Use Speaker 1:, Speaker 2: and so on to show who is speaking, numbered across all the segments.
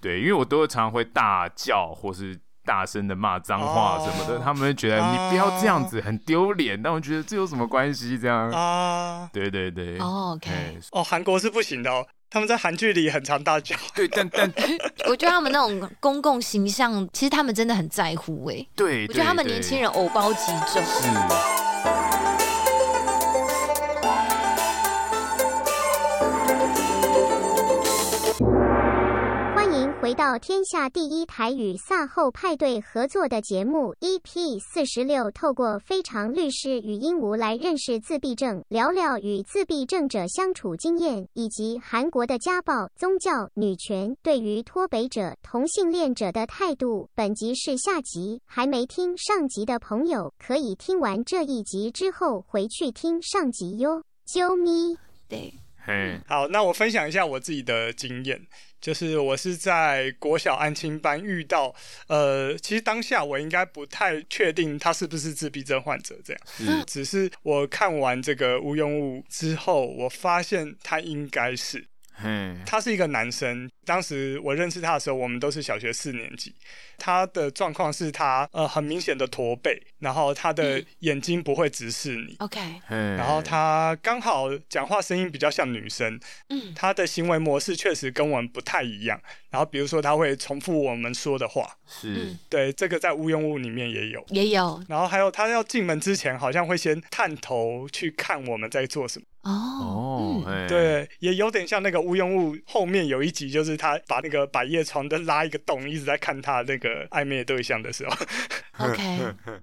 Speaker 1: 对，因为我都常会大叫或是大声的骂脏话什么的，
Speaker 2: 哦
Speaker 1: 他们会觉得你不要这样子，很丢脸。但我觉得这有什么关系？这样，
Speaker 2: 啊，
Speaker 1: 对对对。
Speaker 3: 哦，OK、
Speaker 1: 哎
Speaker 2: 哦，韩国是不行的哦，他们在韩剧里很常大叫。
Speaker 1: 对，但 但
Speaker 3: 我觉得他们那种公共形象，其实他们真的很在乎哎、
Speaker 1: 对，
Speaker 3: 我觉得他们
Speaker 1: 对
Speaker 3: 年轻人偶包极重。
Speaker 1: 对是。
Speaker 4: 欢迎回到天下第一台与萨后派对合作的节目 EP 四十六，透过非常律师与鹦鹉来认识自闭症，聊聊与自闭症者相处经验，以及韩国的家暴、宗教、女权对于脱北者、同性恋者的态度。本集是下集，还没听上集的朋友可以听完这一集之后回去听上集哟。啾咪。
Speaker 3: 对，
Speaker 1: 嘿，
Speaker 2: 好，那我分享一下我自己的经验，就是我是在国小安亲班遇到，呃，其实当下我应该不太确定他是不是自闭症患者，这
Speaker 3: 嗯
Speaker 2: 样，
Speaker 1: 是
Speaker 2: 只是我看完这个吴庸物之后，我发现他应该是，
Speaker 1: 嘿，
Speaker 2: 他是一个男生，当时我认识他的时候，我们都是小学四年级。他的状况是他呃很明显的驼背，然后他的
Speaker 3: 嗯
Speaker 2: 眼睛不会直视你，
Speaker 3: OK，
Speaker 1: 嘿，
Speaker 2: 然后他刚好讲话声音比较像女生，
Speaker 3: 嗯，
Speaker 2: 他的行为模式确实跟我们不太一样。然后比如说他会重复我们说的话，
Speaker 1: 是
Speaker 3: 嗯
Speaker 2: 对，这个在无用物里面也有。
Speaker 3: 也有
Speaker 2: 然后还有他要进门之前，好像会先探头去看我们在做什么。
Speaker 3: 哦
Speaker 1: 哦，，
Speaker 3: 嗯，
Speaker 1: 嘿，
Speaker 2: 对，也有点像那个无用物后面有一集，就是他把那个百叶窗的拉一个洞，一直在看他那个暧昧对象的时候
Speaker 3: ，OK，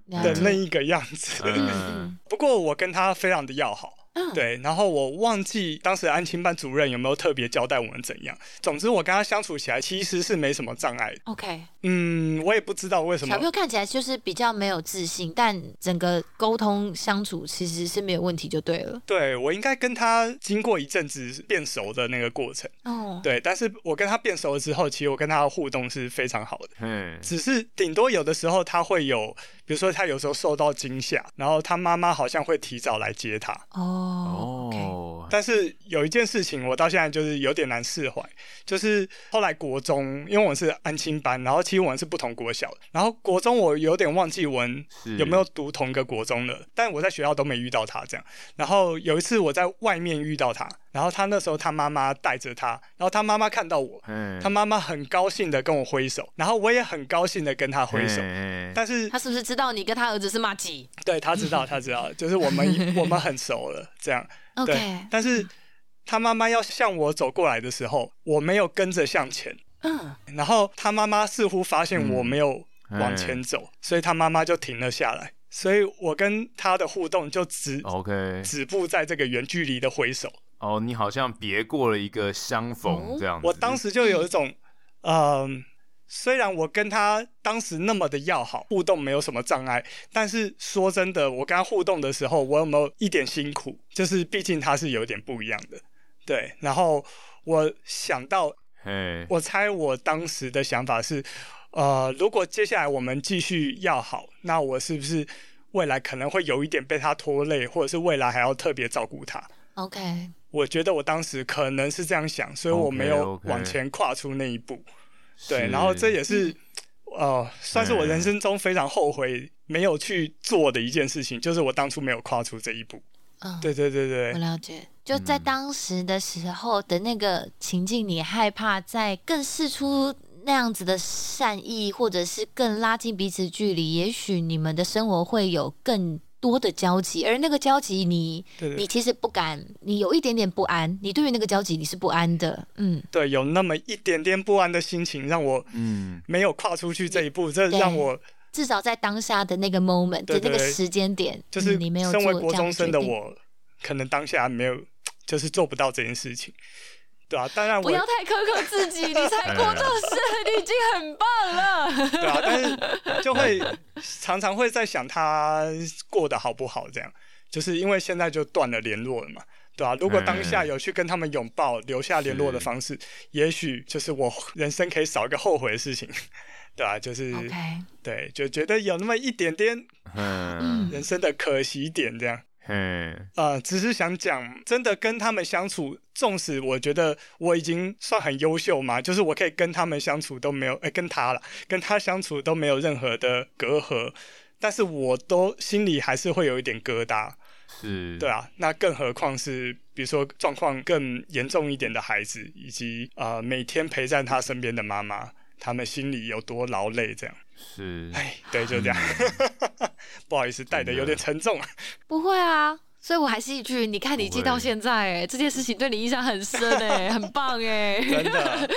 Speaker 3: 了
Speaker 2: 的那
Speaker 3: 解，
Speaker 2: 一个样子。
Speaker 1: 嗯，
Speaker 2: 不过我跟他非常的要好，
Speaker 3: 嗯，
Speaker 2: 对，然后我忘记当时安亲班主任有没有特别交代我们怎样。总之我跟他相处起来其实是没什么障碍的。
Speaker 3: ，OK，
Speaker 2: 嗯，我也不知道为什
Speaker 3: 小
Speaker 2: 么
Speaker 3: 朋。友看起来就是比较没有自信，但整个沟通相处其实是没有问题就对了。
Speaker 2: 对我应该跟他经过一阵子变熟的那个过程，
Speaker 3: 哦，
Speaker 2: 对，但是我跟他变熟了之后，其实我跟他的互动是非常好的。
Speaker 1: 嘿，
Speaker 2: 只是顶多有的时候他会有，比如说他有时候受到惊吓，然后他妈妈好像会提早来接他。
Speaker 3: 哦，OK，
Speaker 1: 哦，
Speaker 2: 但是有一件事情我到现在就是有点难释怀，就是后来国中，因为我是安亲班，然后其实我们是不同国小的，然后国中我有点忘记我们
Speaker 1: 是
Speaker 2: 有没有读同个国中了，但我在学校都没遇到他这样。然后有一次我在外面遇到他，然后他那时候他妈妈带着他，然后他妈妈看到我，
Speaker 1: 嘿，
Speaker 2: 他妈妈很高兴的跟我挥手，然后我也很高兴的跟他挥手
Speaker 1: 嘿。嘿
Speaker 2: 但是
Speaker 3: 他是不是知道你跟他儿子是骂鸡
Speaker 2: 对他知道，他知道，就是我们我们很熟了，这样。对
Speaker 3: ？OK，，
Speaker 2: 但是他妈妈要向我走过来的时候，我没有跟着向前，
Speaker 3: 嗯，
Speaker 2: 然后他妈妈似乎发现我没有往前走，所以他妈妈就停了下来，所以我跟他的互动就止、
Speaker 1: OK，
Speaker 2: 止步在这个远距离的挥手。
Speaker 1: 哦，你好像别过了一个相
Speaker 3: 哦
Speaker 1: 逢这样子。
Speaker 2: 我当时就有一种，嗯，虽然我跟他当时那么的要好，互动没有什么障碍，但是说真的，我跟他互动的时候，我有没有一点辛苦？就是毕竟他是有点不一样的，对。然后我想到，
Speaker 1: 嘿，
Speaker 2: 我猜我当时的想法是，呃，如果接下来我们继续要好，那我是不是？未来可能会有一点被他拖累，或者是未来还要特别照顾他。
Speaker 3: OK，
Speaker 2: 我觉得我当时可能是这样想，所以我没有
Speaker 1: OK，OK
Speaker 2: 往前跨出那一步。对，
Speaker 1: 是
Speaker 2: 然后这也是，
Speaker 3: 嗯
Speaker 2: 呃，算是我人生中非常后悔没有去做的一件事情，就是我当初没有跨出这一步。
Speaker 3: 嗯，
Speaker 2: 对对对
Speaker 3: 我
Speaker 2: 对，
Speaker 3: 了解。就
Speaker 2: 嗯
Speaker 3: 在当时的时候的那个情境，你害怕再更试出那样子的善意，或者是更拉近彼此距离，也许你们的生活会有更多的交集，而那个交集你，
Speaker 2: 对对
Speaker 3: 你其实不敢，你有一点点不安，你对于那个交集你是不安的，嗯，
Speaker 2: 对，有那么一点点不安的心情，让我
Speaker 1: 嗯，
Speaker 2: 没有跨出去这一步，这
Speaker 3: 对
Speaker 2: 让我
Speaker 3: 至少在当下的那个 moment
Speaker 2: 对
Speaker 3: 的那个
Speaker 2: 对
Speaker 3: 时间点，
Speaker 2: 就是
Speaker 3: 嗯你没有
Speaker 2: 身为
Speaker 3: 做
Speaker 2: 国
Speaker 3: 这样
Speaker 2: 中生
Speaker 3: 决
Speaker 2: 的
Speaker 3: 定，
Speaker 2: 我，可能当下没有，就是做不到这件事情，对啊，当然
Speaker 3: 不
Speaker 2: 我
Speaker 3: 要太苛刻自己，你才国中生，你已经很棒了。
Speaker 2: 对啊，但是就会常常会在想他过得好不好，这样，就是因为现在就断了联络了嘛，对啊，如果当下有去跟他们拥抱，留下联络的方式，也许就是我人生可以少一个后悔的事情， 对啊，就是
Speaker 3: OK，
Speaker 2: 对，就觉得有那么一点点
Speaker 1: 嗯，
Speaker 3: 嗯
Speaker 2: 人生的可惜点这样。
Speaker 1: 嘿，
Speaker 2: 呃，只是想讲，真的跟他们相处，纵使我觉得我已经算很优秀嘛，就是我可以跟他们相处都没有，哎、跟他了，跟他相处都没有任何的隔阂，但是我都心里还是会有一点疙瘩，
Speaker 1: 是，
Speaker 2: 对啊，那更何况是比如说状况更严重一点的孩子，以及呃每天陪在他身边的妈妈，他们心里有多劳累，这样，
Speaker 1: 是，
Speaker 2: 哎，对，就这样， 不好意思，带的有点沉重啊。
Speaker 3: 不会啊。所以我还是一句，你看你
Speaker 1: 不
Speaker 3: 记
Speaker 1: 会
Speaker 3: 到现在、哎，这件事情对你印象很深、 哎，很棒、哎
Speaker 2: 真，的，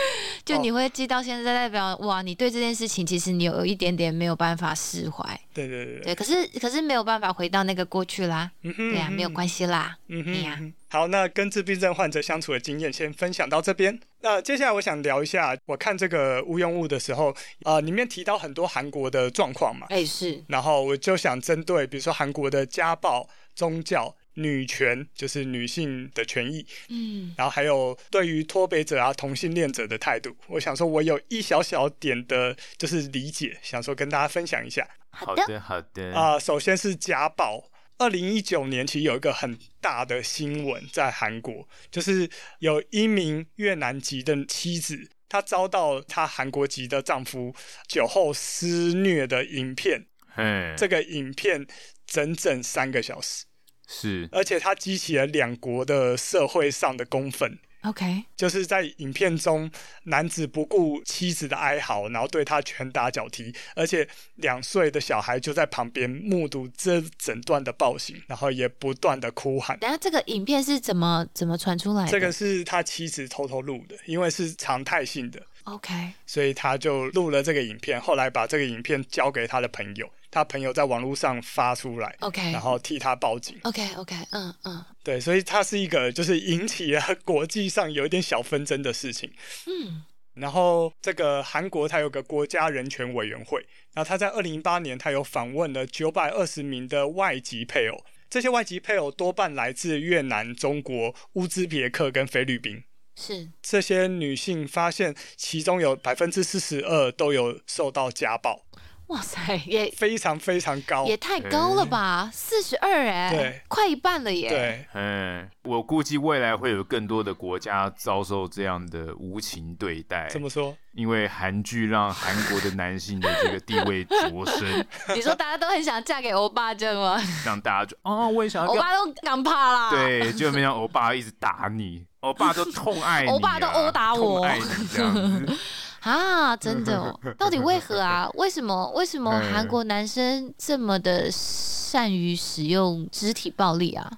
Speaker 3: 就你会记到现在，代表哇，你对这件事情其实你有一点点没有办法释怀，
Speaker 2: 对对对
Speaker 3: 对，可是可是没有办法回到那个过去啦，
Speaker 2: 嗯哼，
Speaker 3: 对啊，没有关系啦，
Speaker 2: 嗯
Speaker 3: 哎
Speaker 2: 哼，
Speaker 3: 呀
Speaker 2: 嗯哼好，那跟自闭症患者相处的经验先分享到这边。那接下来我想聊一下，我看这个《无用物》的时候，呃，里面提到很多韩国的状况嘛，
Speaker 3: 哎、是，
Speaker 2: 然后我就想针对，比如说韩国的家暴、宗教、女权，就是女性的权益，
Speaker 3: 嗯，
Speaker 2: 然后还有对于脱北者啊、同性恋者的态度，我想说，我有一小小点的，就是理解，想说跟大家分享一下。
Speaker 3: 好
Speaker 1: 好
Speaker 3: 的，
Speaker 1: 的，好的，
Speaker 2: 啊、首先是家暴。二零一九年其实有一个很大的新闻在韩国，就是有一名越南籍的妻子，她遭到她韩国籍的丈夫酒后施虐的影片，
Speaker 1: 嘿，
Speaker 2: 这个影片整整三个小时，
Speaker 1: 是，
Speaker 2: 而且它激起了两国的社会上的公愤。
Speaker 3: OK，
Speaker 2: 就是在影片中，男子不顾妻子的哀嚎，然后对她拳打脚踢，而且两岁的小孩就在旁边目睹这整段的暴行，然后也不断的哭喊。
Speaker 3: 等一下这个影片是怎么怎么传出来的？
Speaker 2: 这个是他妻子偷偷录的，因为是常态性的，
Speaker 3: OK，
Speaker 2: 所以他就录了这个影片，后来把这个影片交给他的朋友，他朋友在网络上发出来，
Speaker 3: OK
Speaker 2: 然后替他报警。
Speaker 3: OK OK，嗯嗯
Speaker 2: 对，所以它是一个就是引起了国际上有一点小纷争的事情。
Speaker 3: 嗯，
Speaker 2: 然后这个韩国它有个国家人权委员会，然后他在二零一八年，他有访问了九百二十名的外籍配偶，这些外籍配偶多半来自越南、中国、乌兹别克跟菲律宾。
Speaker 3: 是
Speaker 2: 这些女性发现，其中有百分之四十二都有受到家暴，
Speaker 3: 哇塞，也
Speaker 2: 非常非常高。
Speaker 3: 也太高了吧，四十二哎
Speaker 2: 哦嗯对，
Speaker 3: 快一半了耶。，
Speaker 2: 对，
Speaker 1: 嘿，我估计未来会有更多的国家遭受这样的无情对待，
Speaker 2: 这么说，
Speaker 1: 因为韩剧让韩国的男性的这个地位擢 升，
Speaker 3: 你说大家都很想嫁给欧巴这样吗？
Speaker 1: 让大家就哦，我也想要
Speaker 3: 欧
Speaker 1: 跟
Speaker 3: 巴都敢怕啦。，
Speaker 1: 对，就没想到欧巴一直打你，欧巴都痛爱你啊、
Speaker 3: 欧巴都殴打我
Speaker 1: 痛爱你这样子，
Speaker 3: 啊，真的 哦，到底为何啊？为什么？为什么
Speaker 2: 哎
Speaker 1: 嗯
Speaker 3: 韩国男生这么的善于使用肢体暴力啊？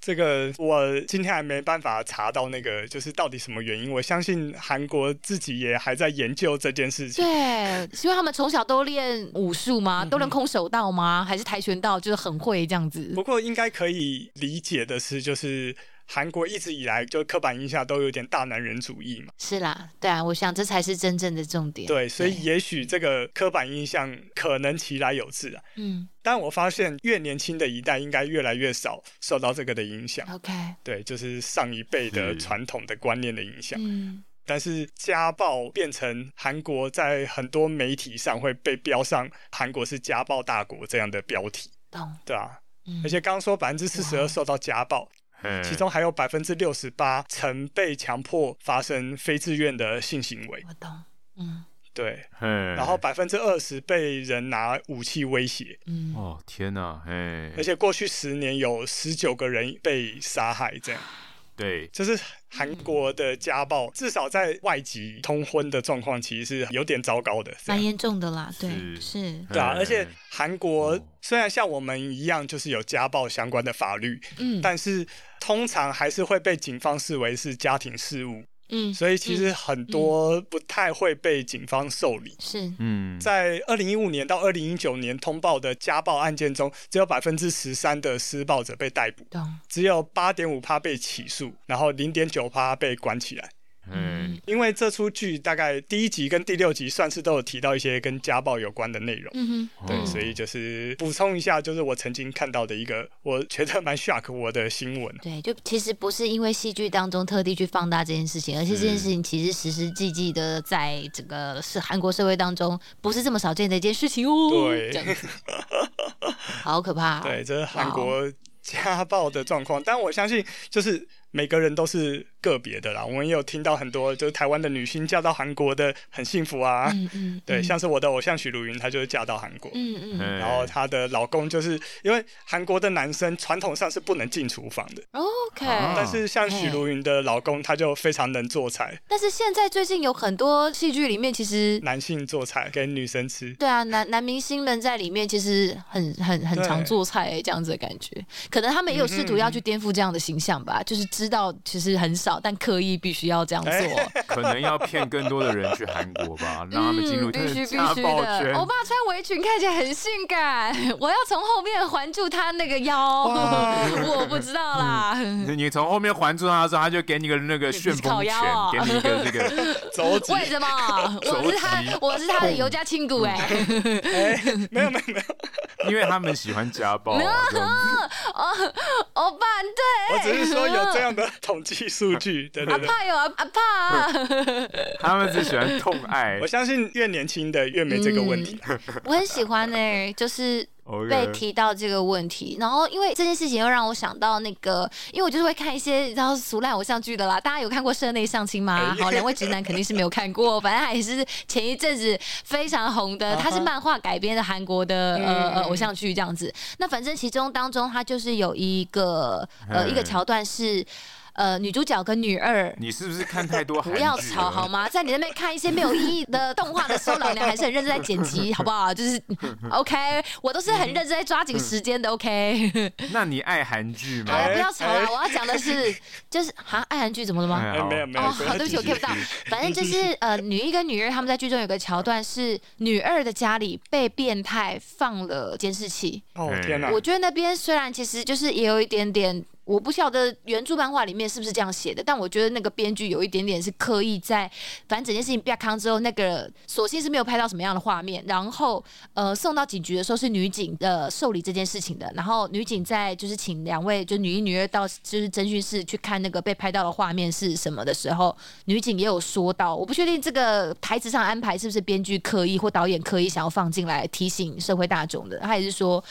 Speaker 2: 这个我今天还没办法查到那个，就是到底什么原因。我相信韩国自己也还在研究这件事情。
Speaker 3: 对，是因为他们从小都练武术
Speaker 2: 嗯
Speaker 3: 吗？都练空手道吗？还是跆拳道？就是很会这样子
Speaker 2: 不。过应该可以理解的是，就是韩国一直以来就刻板印象都有点大男人主义嘛。
Speaker 3: 是啦，对啊，我想这才是真正的重点。
Speaker 2: 对，所以也许这个刻板印象可能其来有自啊。
Speaker 3: 嗯
Speaker 2: 但我发现越年轻的一代应该越来越少受到这个的影响，
Speaker 3: 嗯，OK，
Speaker 2: 对，就是上一辈的
Speaker 1: 是
Speaker 2: 传统的观念的影响。
Speaker 3: 嗯，
Speaker 2: 但是家暴变成韩国在很多媒体上会被标上“韩国是家暴大国”这样的标题，
Speaker 3: 懂。
Speaker 2: 对啊，
Speaker 3: 嗯
Speaker 2: 而且刚刚说百分之四十
Speaker 3: 哇
Speaker 2: 二受到家暴，
Speaker 1: 嘿
Speaker 2: 其中还有百分之六十八曾被强迫发生非自愿的性行为，
Speaker 3: 我懂，嗯
Speaker 2: 对，
Speaker 1: 嘿，
Speaker 2: 然后百分之二十被人拿武器威胁，
Speaker 3: 嗯，
Speaker 1: 哦天哪，嘿，
Speaker 2: 而且过去十年有十九个人被杀害，这样
Speaker 1: 对，
Speaker 2: 就是韩国的家暴，至少在外籍通婚的状况其实是有点糟糕的，这
Speaker 3: 蛮
Speaker 2: 样。
Speaker 3: 严重的啦，对，
Speaker 1: 是
Speaker 3: 是，
Speaker 2: 对啊，
Speaker 1: 嘿
Speaker 2: 而且韩国
Speaker 1: 哦
Speaker 2: 虽然像我们一样，就是有家暴相关的法律，
Speaker 3: 嗯
Speaker 2: 但是通常还是会被警方视为是家庭事务，
Speaker 3: 嗯，
Speaker 2: 所以其实很多不太会被警方受理。
Speaker 3: 是
Speaker 1: 嗯，
Speaker 2: 在二零一五年到二零一九年通报的家暴案件中，只有百分之十三的施暴者被逮捕，
Speaker 3: 懂，
Speaker 2: 只有八点五趴被起诉，然后零点九趴被关起来。
Speaker 3: 嗯
Speaker 1: 嘿
Speaker 2: 因为这出剧大概第一集跟第六集算是都有提到一些跟家暴有关的内容。
Speaker 3: 嗯哼，
Speaker 2: 对，
Speaker 1: 哦
Speaker 2: 所以就是补充一下，就是我曾经看到的一个我觉得蛮 shock 我的新闻。
Speaker 3: 对，就其实不是因为戏剧当中特地去放大这件事情，而是
Speaker 2: 嗯
Speaker 3: 这件事情其实实实际际的在整个是韩国社会当中不是这么少见的一件事情哦，
Speaker 2: 对
Speaker 3: 这样子，好可怕、哦，
Speaker 2: 对，这是韩国家暴的状况，但我相信就是每个人都是个别的啦。我们也有听到很多就是台湾的女星嫁到韩国的很幸福啊，
Speaker 3: 嗯嗯，
Speaker 2: 对，
Speaker 3: 嗯
Speaker 2: 像是我的偶像许茹芸，她就是嫁到韩国。
Speaker 3: 嗯嗯，
Speaker 1: 嗯
Speaker 2: 然后她的老公就是因为韩国的男生传统上是不能进厨房的，
Speaker 3: OK，、
Speaker 1: 啊
Speaker 2: 但是像许
Speaker 3: 嗯
Speaker 2: 茹芸的老公他就非常能做菜，
Speaker 3: 但是现在最近有很多戏剧里面，其实
Speaker 2: 男性做菜给女生吃，
Speaker 3: 对啊，男男明星们在里面其实很很很常
Speaker 2: 对嗯
Speaker 3: 做菜、欸、这样子的感觉，可能他们也有试图要去颠覆这样的形象吧，就是知道其实很少，但刻意必须要这样做。
Speaker 2: 哎
Speaker 1: 可能要骗更多的人去韩国 吧，让他们进入
Speaker 3: 嗯必须必
Speaker 1: 家
Speaker 3: 须
Speaker 1: 暴
Speaker 3: 的哦
Speaker 1: 圈。。
Speaker 3: 欧巴穿围裙看起来很性感，我要从后面环住他那个腰，
Speaker 2: 哇
Speaker 3: 我不知道啦。
Speaker 1: 你从后面环住他的时候，他就给你个那个旋风
Speaker 3: 烤
Speaker 1: 拳
Speaker 3: 腰哦，
Speaker 1: 给你一个这 个，
Speaker 2: 肘子
Speaker 3: 为 什么？我是他
Speaker 1: 手机，
Speaker 3: 我是他的尤家亲骨哎、
Speaker 2: 哎，没有没有没有，
Speaker 1: 因为他们喜欢家暴啊。这种
Speaker 3: 哦，欧巴对，
Speaker 2: 我只是说有这样的统计数据，对对
Speaker 3: 阿
Speaker 2: 对。
Speaker 3: 怕有阿阿啊
Speaker 2: 嗯
Speaker 3: 怕，
Speaker 1: 他们只喜欢痛爱
Speaker 2: 我。相信越年轻的越没这个问题。
Speaker 3: 我很喜欢哎、就是。被
Speaker 1: OK，
Speaker 3: 提到这个问题，然后因为这件事情又让我想到那个，因为我就是会看一些你知道俗烂偶像剧的啦。大家有看过《社内相亲》
Speaker 2: 哎
Speaker 3: 吗？好，两位直男肯定是没有看过，反正还是前一阵子非常红的，
Speaker 2: 啊哈
Speaker 3: 它是漫画改编的韩国的呃
Speaker 2: 嗯
Speaker 3: 呃偶像剧这样子。那反正其中当中，它就是有一个
Speaker 2: 哎
Speaker 3: 呃
Speaker 1: 嗯
Speaker 3: 一个桥段是呃女主角跟女二
Speaker 1: 你是不是看太多韩
Speaker 3: 不
Speaker 1: 剧啊
Speaker 3: 要
Speaker 1: 了？
Speaker 3: 吵好吗？在你那边看一些没有意义的动画的时候，老娘还是很认真在剪辑，好不好？就是 OK，我都是很认真在抓紧时间的。OK，
Speaker 1: 那你爱韩剧吗
Speaker 3: 好？了，不要吵了
Speaker 2: 哎。
Speaker 3: 我要讲的是，就是哈，爱韩剧怎么了吗？
Speaker 1: 哎
Speaker 2: 哎，没有没有，
Speaker 3: 哦，好，对不起，我
Speaker 1: 继续
Speaker 3: get 不到。反正就是呃，女一跟女二他们在剧中有个桥段是，女二的家里被变态放了监视器。
Speaker 2: 哦天哪
Speaker 1: 啊
Speaker 3: 我！觉得那边虽然其实就是也有一点点，我不晓得原著漫画里面是不是这样写的，但我觉得那个编剧有一点点是刻意在，反正整件事情被康之后，那个索性是没有拍到什么样的画面，然后呃送到警局的时候是女警呃受理这件事情的，然后女警在就是请两位就女一女二到就是侦讯室去看那个被拍到的画面是什么的时候，女警也有说到，我不确定这个台词上安排是不是编剧刻意或导演刻意想要放进来提醒社会大众的，她也是说。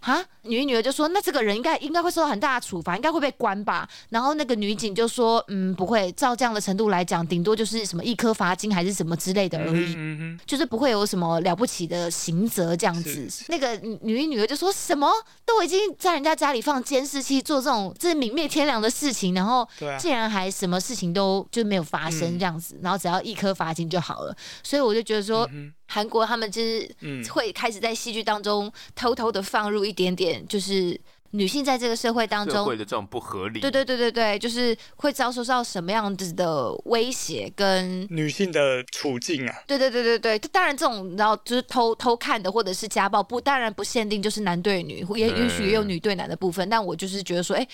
Speaker 3: 啊，女女儿就说，那这个人应该应该会受到很大的处罚，应该会被关吧。然后那个女警就说，嗯，不会，照这样的程度来讲，顶多就是什么一颗罚金还是什么之类的而已，
Speaker 2: 嗯
Speaker 3: 就是不会有什么了不起的刑责这样子
Speaker 2: 是。是
Speaker 3: 那个女女儿就说什么，都已经在人家家里放监视器做这种这泯灭天良的事情，然后
Speaker 2: 对啊
Speaker 3: 竟然还什么事情都就没有发生
Speaker 2: 嗯
Speaker 3: 这样子，然后只要一颗罚金就好了。所以我就觉得说，
Speaker 2: 嗯
Speaker 3: 韩国他们就是
Speaker 2: 嗯
Speaker 3: 会开始在戏剧当中偷偷的放入一点点，就是女性在这个社会当
Speaker 1: 社
Speaker 3: 中
Speaker 1: 会，的这种不合理，
Speaker 3: 对对对对对，就是会遭受到什么样子的威胁跟。
Speaker 2: 女性的处境啊，
Speaker 3: 对对对对对，当然这种然后就是偷偷看的或者是家暴，不当然不限定就是男对女，也
Speaker 1: 对
Speaker 3: 也许也有女对男的部分，但我就是觉得说，哎，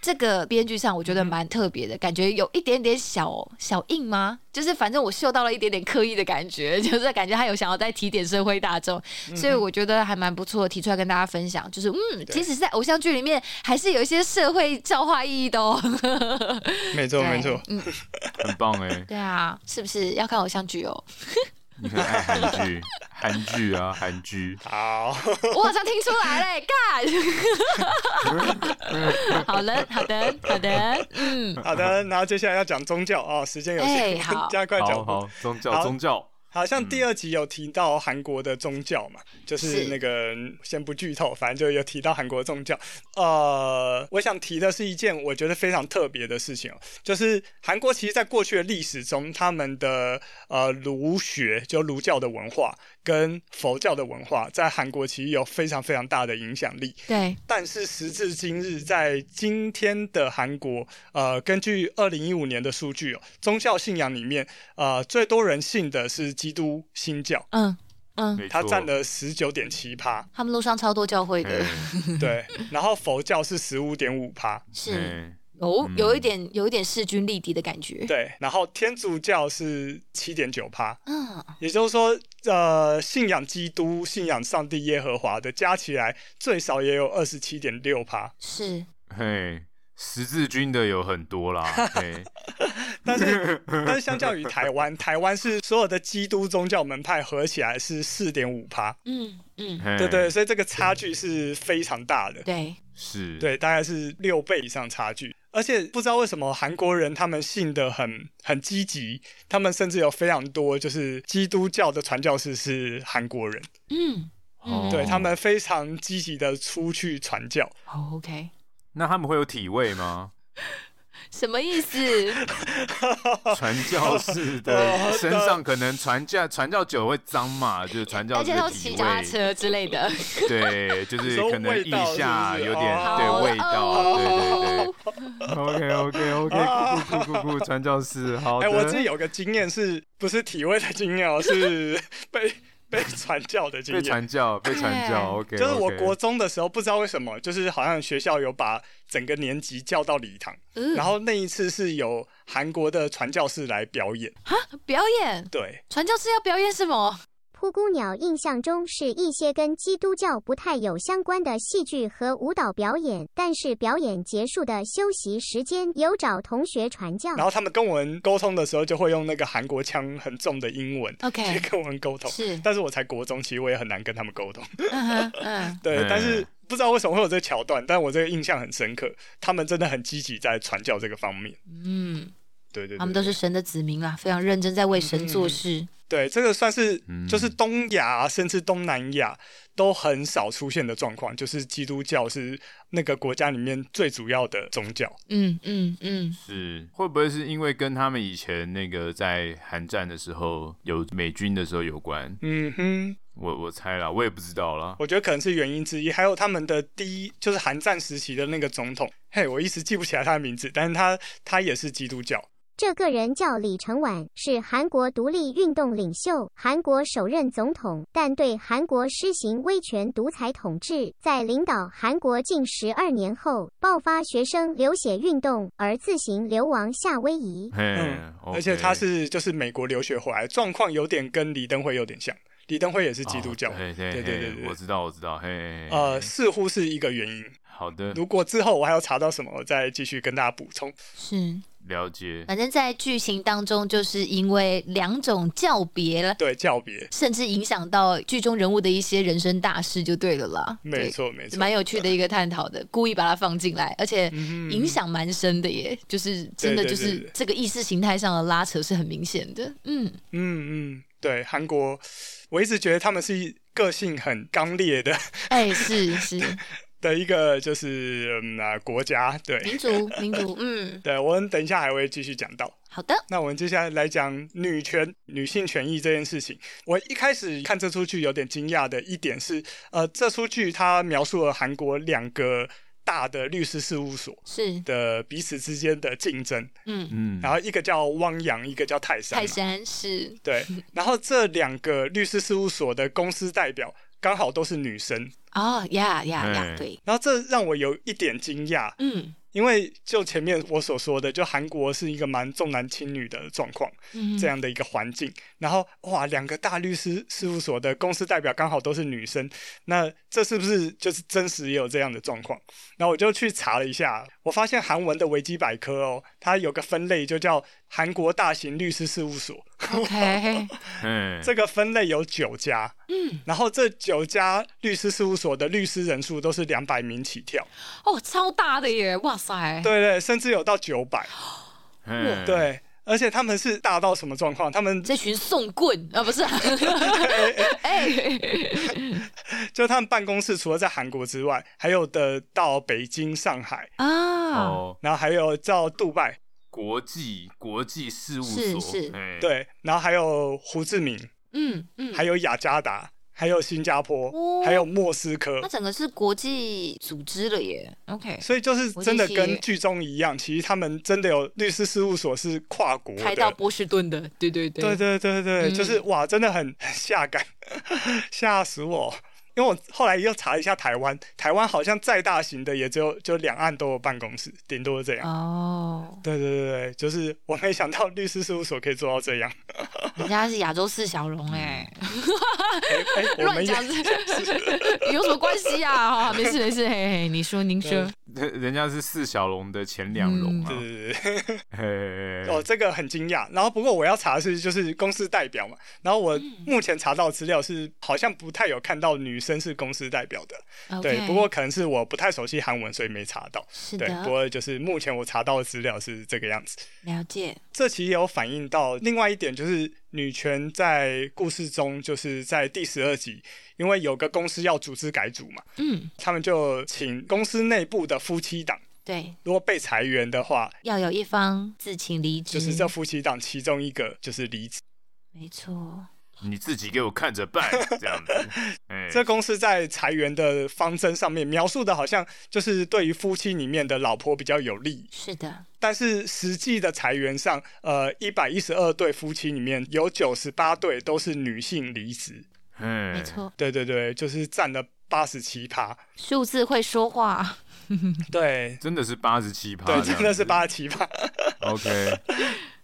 Speaker 3: 这个编剧上我觉得蛮特别的，感觉有一点点小小硬吗？就是反正我嗅到了一点点刻意的感觉， 就是感觉他有想要再提点社会大众，所以我觉得还蛮不错，提出来跟大家分享。就是嗯，即使是在偶像剧里面，还是有一些社会教化意义的哦。
Speaker 2: 没错没错
Speaker 3: 对，嗯，
Speaker 1: 很棒哎！
Speaker 3: 对啊，是不是要看偶像剧哦？
Speaker 1: 你很爱韩 剧，韩剧啊，韩剧。
Speaker 2: 好，
Speaker 3: 我好像听出来嘞，干！好了，好的，好的，嗯，
Speaker 2: 好的，然后接下来要讲宗教哦，时间有限，
Speaker 3: 哎好
Speaker 2: 加快
Speaker 1: 好
Speaker 2: 脚步。
Speaker 1: 好，宗教
Speaker 2: 好
Speaker 1: 宗教，
Speaker 2: 好像第二集有提到韩国的宗教嘛，就是
Speaker 3: 是
Speaker 2: 那个先不剧透，反正就有提到韩国的宗教。呃，我想提的是一件我觉得非常特别的事情哦，就是韩国其实在过去的历史中，他们的呃儒学就儒教的文化跟佛教的文化，在韩国其实有非常非常大的影响力。
Speaker 3: 对，
Speaker 2: 但是时至今日，在今天的韩国，呃，根据二零一五年的数据哦，宗教信仰里面，呃，最多人信的是基督新教，
Speaker 3: 嗯嗯，
Speaker 1: 没
Speaker 2: 它
Speaker 1: 错哎
Speaker 2: 占了十九点 七趴，
Speaker 3: 他们路上超多教会的，
Speaker 1: 嗯
Speaker 2: 对，然后佛教是十五点五趴，
Speaker 3: 是
Speaker 1: 嗯
Speaker 3: 有
Speaker 1: 嗯
Speaker 3: 有一点有一点势均力敌的感觉。
Speaker 2: 对，然后天主教是七点九趴，
Speaker 3: 嗯，
Speaker 1: 啊
Speaker 2: 也就是说，呃，信仰基督、信仰上帝耶和华的加起来最少也有二十七点六趴，
Speaker 3: 是
Speaker 1: 嘿，十字军的有很多 啦，对，
Speaker 2: 但是但是相较于台湾， 台湾是所有的基督宗教门派合起来是四点五趴，
Speaker 3: 嗯嗯，
Speaker 1: 嘿
Speaker 2: 对对，所以这个差距是非常大的，
Speaker 3: 对，
Speaker 1: 是，
Speaker 2: 对，大概是六倍以上差距。而且不知道为什么韩国人他们信的很很积极，他们甚至有非常多就是基督教的传教士是韩国人，
Speaker 3: 嗯
Speaker 1: 哦
Speaker 2: 对他们非常积极的出去传教。
Speaker 3: 好，OK，哦
Speaker 1: 那他们会有体味 吗？
Speaker 3: 什么意思？
Speaker 1: 传教士
Speaker 2: 哦
Speaker 1: 的身上可能传教传教久会脏嘛，就是传教士
Speaker 3: 而且都
Speaker 1: 的
Speaker 3: 骑
Speaker 1: 体
Speaker 3: 脚踏
Speaker 1: 味，
Speaker 3: 车之类的，
Speaker 1: 对， 就是
Speaker 2: 你说
Speaker 1: 可能
Speaker 2: 味
Speaker 1: 腋
Speaker 2: 道是不
Speaker 1: 下
Speaker 2: 是
Speaker 1: 有点
Speaker 2: 哦
Speaker 1: 对
Speaker 3: 好
Speaker 1: 味道，对对对
Speaker 3: 哦。
Speaker 1: OK OK OK，
Speaker 2: 啊
Speaker 1: 咕咕咕咕咕，传教士，好
Speaker 2: 哎、
Speaker 1: 的。
Speaker 2: 我自己有个经验是，不是体位的经验哦，是被被传教的经
Speaker 1: 被
Speaker 2: 验。
Speaker 1: 传教，被传
Speaker 3: 哎
Speaker 1: 教，OK，
Speaker 2: 就是我
Speaker 1: OK
Speaker 2: 国中的时候，不知道为什么，就是好像学校有把整个年级叫到礼堂，
Speaker 3: 嗯
Speaker 2: 然后那一次是有韩国的传教士来表演，
Speaker 3: 表演
Speaker 2: 对，
Speaker 3: 传教士要表演什么？
Speaker 4: 蒲公鸟印象中是一些跟基督教不太有相关的戏剧和舞蹈表演，但是表演结束的休息时间有找同学传教。
Speaker 2: 然后他们跟我们沟通的时候，就会用那个韩国腔很重的英文
Speaker 3: OK
Speaker 2: 去跟我们沟通。
Speaker 3: 嗯是，
Speaker 2: 但是我才国中，其实我也很难跟他们沟通。
Speaker 3: 嗯哼嗯，
Speaker 2: 对，
Speaker 1: 嗯
Speaker 2: 但是不知道为什么会有这个桥段，但我这个印象很深刻，他们真的很积极在传教这个方面。
Speaker 3: 嗯，
Speaker 2: 对对对
Speaker 3: 他们都是神的子民啦，非常认真在为神做事。
Speaker 2: 对这个算是
Speaker 1: 嗯
Speaker 2: 就是东亚啊甚至东南亚都很少出现的状况，就是基督教是那个国家里面最主要的宗教。
Speaker 3: 嗯嗯嗯，
Speaker 1: 是会不会是因为跟他们以前那个在韩战的时候有美军的时候有关？
Speaker 2: 嗯哼，
Speaker 1: 我我猜啦，我也不知道啦。
Speaker 2: 我觉得可能是原因之一，还有他们的第一就是韩战时期的那个总统，嘿，我一时记不起来他的名字，但是他他也是基督教。
Speaker 4: 这个人叫李承晚，是韩国独立运动领袖，韩国首任总统，但对韩国施行威权独裁统治。在领导韩国近十二年后，爆发学生流血运动，而自行流亡夏威夷。
Speaker 1: 嘿，
Speaker 2: 嗯
Speaker 1: OK
Speaker 2: 而且他是就是美国留学回来，状况有点跟李登辉有点像，李登辉也是基督教，
Speaker 1: 哦对对
Speaker 2: 对对对对
Speaker 1: 我知嗯道我知道，嘿，
Speaker 2: 呃，，似乎是一个原因。
Speaker 1: 好的，
Speaker 2: 如果之后我还要查到什么，我再继续跟大家补充。
Speaker 3: 是，
Speaker 1: 了解。
Speaker 3: 反正在剧情当中，就是因为两种教别了。
Speaker 2: 对，教别，
Speaker 3: 甚至影响到剧中人物的一些人生大事，就对了啦。
Speaker 2: 没
Speaker 3: 对，
Speaker 2: 错没错，
Speaker 3: 蛮有趣的一个探讨的，故意把它放进来，而且
Speaker 2: 嗯
Speaker 3: 影响蛮深的耶，就是真的
Speaker 2: 对对
Speaker 3: 就
Speaker 2: 对
Speaker 3: 是
Speaker 2: 对
Speaker 3: 这个意识形态上的拉扯是很明显的。嗯，
Speaker 2: 嗯嗯，对，韩国，我一直觉得他们是个性很刚烈的
Speaker 3: 哎、是 是，
Speaker 2: 的一个就是嗯啊国家，对
Speaker 3: 民族民族，嗯，
Speaker 2: 对，我们等一下还会继续讲到。
Speaker 3: 好的，
Speaker 2: 那我们接下来来讲女权、女性权益这件事情。我一开始看这出剧有点惊讶的一点是，呃，这出剧它描述了韩国两个大的律师事务所
Speaker 3: 是，
Speaker 2: 的彼此之间的竞争，
Speaker 3: 嗯，
Speaker 1: 嗯，
Speaker 2: 然后一个叫汪洋，一个叫泰山嘛。
Speaker 3: 泰山是，
Speaker 2: 对，然后这两个律师事务所的公司代表刚好都是女生，
Speaker 3: 哦呀呀呀，
Speaker 1: 哎
Speaker 3: 对，
Speaker 2: 然后这让我有一点惊讶，
Speaker 3: 嗯
Speaker 2: 因为就前面我所说的，就韩国是一个蛮重男轻女的状况。
Speaker 3: 嗯，
Speaker 2: 这，样的一个环境。然后哇，两个大律师事务所的公司代表刚好都是女生，那这是不是就是真实也有这样的状况？然后我就去查了一下，我发现韩文的维基百科哦，它有个分类就叫韩国大型律师事务所，
Speaker 3: OK，
Speaker 1: 嘿，
Speaker 2: 这个分类有九家，
Speaker 3: 嗯，
Speaker 2: 然后这九家律师事务所的律师人数都是两百名起跳，
Speaker 3: 哦，超大的耶，哇塞，
Speaker 2: 对对，甚至有到九百，
Speaker 3: 哎
Speaker 1: 嘿，
Speaker 2: 对。而且他们是大到什么状况？他们
Speaker 3: 这群送棍啊，不是， 哎，
Speaker 2: 就他们办公室除了在韩国之外，还有的到北京、上海，
Speaker 3: 啊，
Speaker 1: 哦，
Speaker 2: 然后还有到杜拜，
Speaker 1: 国际国际事务
Speaker 3: 是
Speaker 1: 所，
Speaker 3: 是
Speaker 1: 嘿，
Speaker 2: 对，然后还有胡志明，
Speaker 3: 嗯哎嗯，
Speaker 2: 还有雅加达，还有新加坡，
Speaker 3: 哦
Speaker 2: 还有莫斯科
Speaker 3: 它。整个是国际组织了耶，OK，
Speaker 2: 所以就是真的
Speaker 3: 国际企
Speaker 2: 跟
Speaker 3: 业
Speaker 2: 剧中一样，其实他们真的有律师事务所是跨国的，
Speaker 3: 开到波士顿的，对对对，
Speaker 2: 对对对对，
Speaker 3: 嗯
Speaker 2: 就是哇，真的很 下感，吓死我！因为我后来又查了一下台湾，台湾好像再大型的也只有就两岸都有办公室，顶多这样。
Speaker 3: 哦，
Speaker 2: 对对对对，就是我没想到律师事务所可以做到这 样。
Speaker 3: 人家是亚洲四小龙哎，
Speaker 2: 哎嗯哎，我
Speaker 3: 乱
Speaker 2: 们也
Speaker 3: 讲有什么关系啊？哈，没事没事，嘿嘿，你说您说，
Speaker 1: 人人家是四小龙的前两
Speaker 3: 嗯
Speaker 1: 龙啊
Speaker 2: 对，对对对，
Speaker 1: 嘿嘿嘿
Speaker 2: 哦，
Speaker 1: 嘿
Speaker 2: 这个很惊讶。然后不过我要查的是就是公司代表嘛，然后我
Speaker 3: 嗯
Speaker 2: 目前查到的资料是好像不太有看到女生是公司代表的，对，
Speaker 3: OK，
Speaker 2: 不过可能是我不太熟悉韩文，所以没查到。
Speaker 3: 是
Speaker 2: 对，
Speaker 3: 的
Speaker 2: 不，过就是目前我查到的资料是这个样子。
Speaker 3: 了解，
Speaker 2: 这其实也有反映到另外一点，就是女权在故事中，就是在第十二集，因为有个公司要组织改组嘛，
Speaker 3: 嗯，
Speaker 2: 他们就请公司内部的夫妻档，
Speaker 3: 对，
Speaker 2: 如果被裁员的话，
Speaker 3: 要有一方自请离职，
Speaker 2: 就是这夫妻档其中一个就是离职。
Speaker 3: 没错，
Speaker 1: 你自己给我看着 办，这样子。哎，
Speaker 2: 这公司在裁员的方针上面描述的好像就是对于夫妻里面的老婆比较有利，
Speaker 3: 是的，
Speaker 2: 但是实际的裁员上，呃，一百一十二对夫妻里面有九十八对都是女性离职，
Speaker 1: 没
Speaker 3: 没，错，
Speaker 2: 对对对，就是占了八十七趴，
Speaker 3: 数字会说话，
Speaker 2: 对
Speaker 1: 真的是八十七趴，
Speaker 2: 对，真的是八十七趴。
Speaker 1: OK，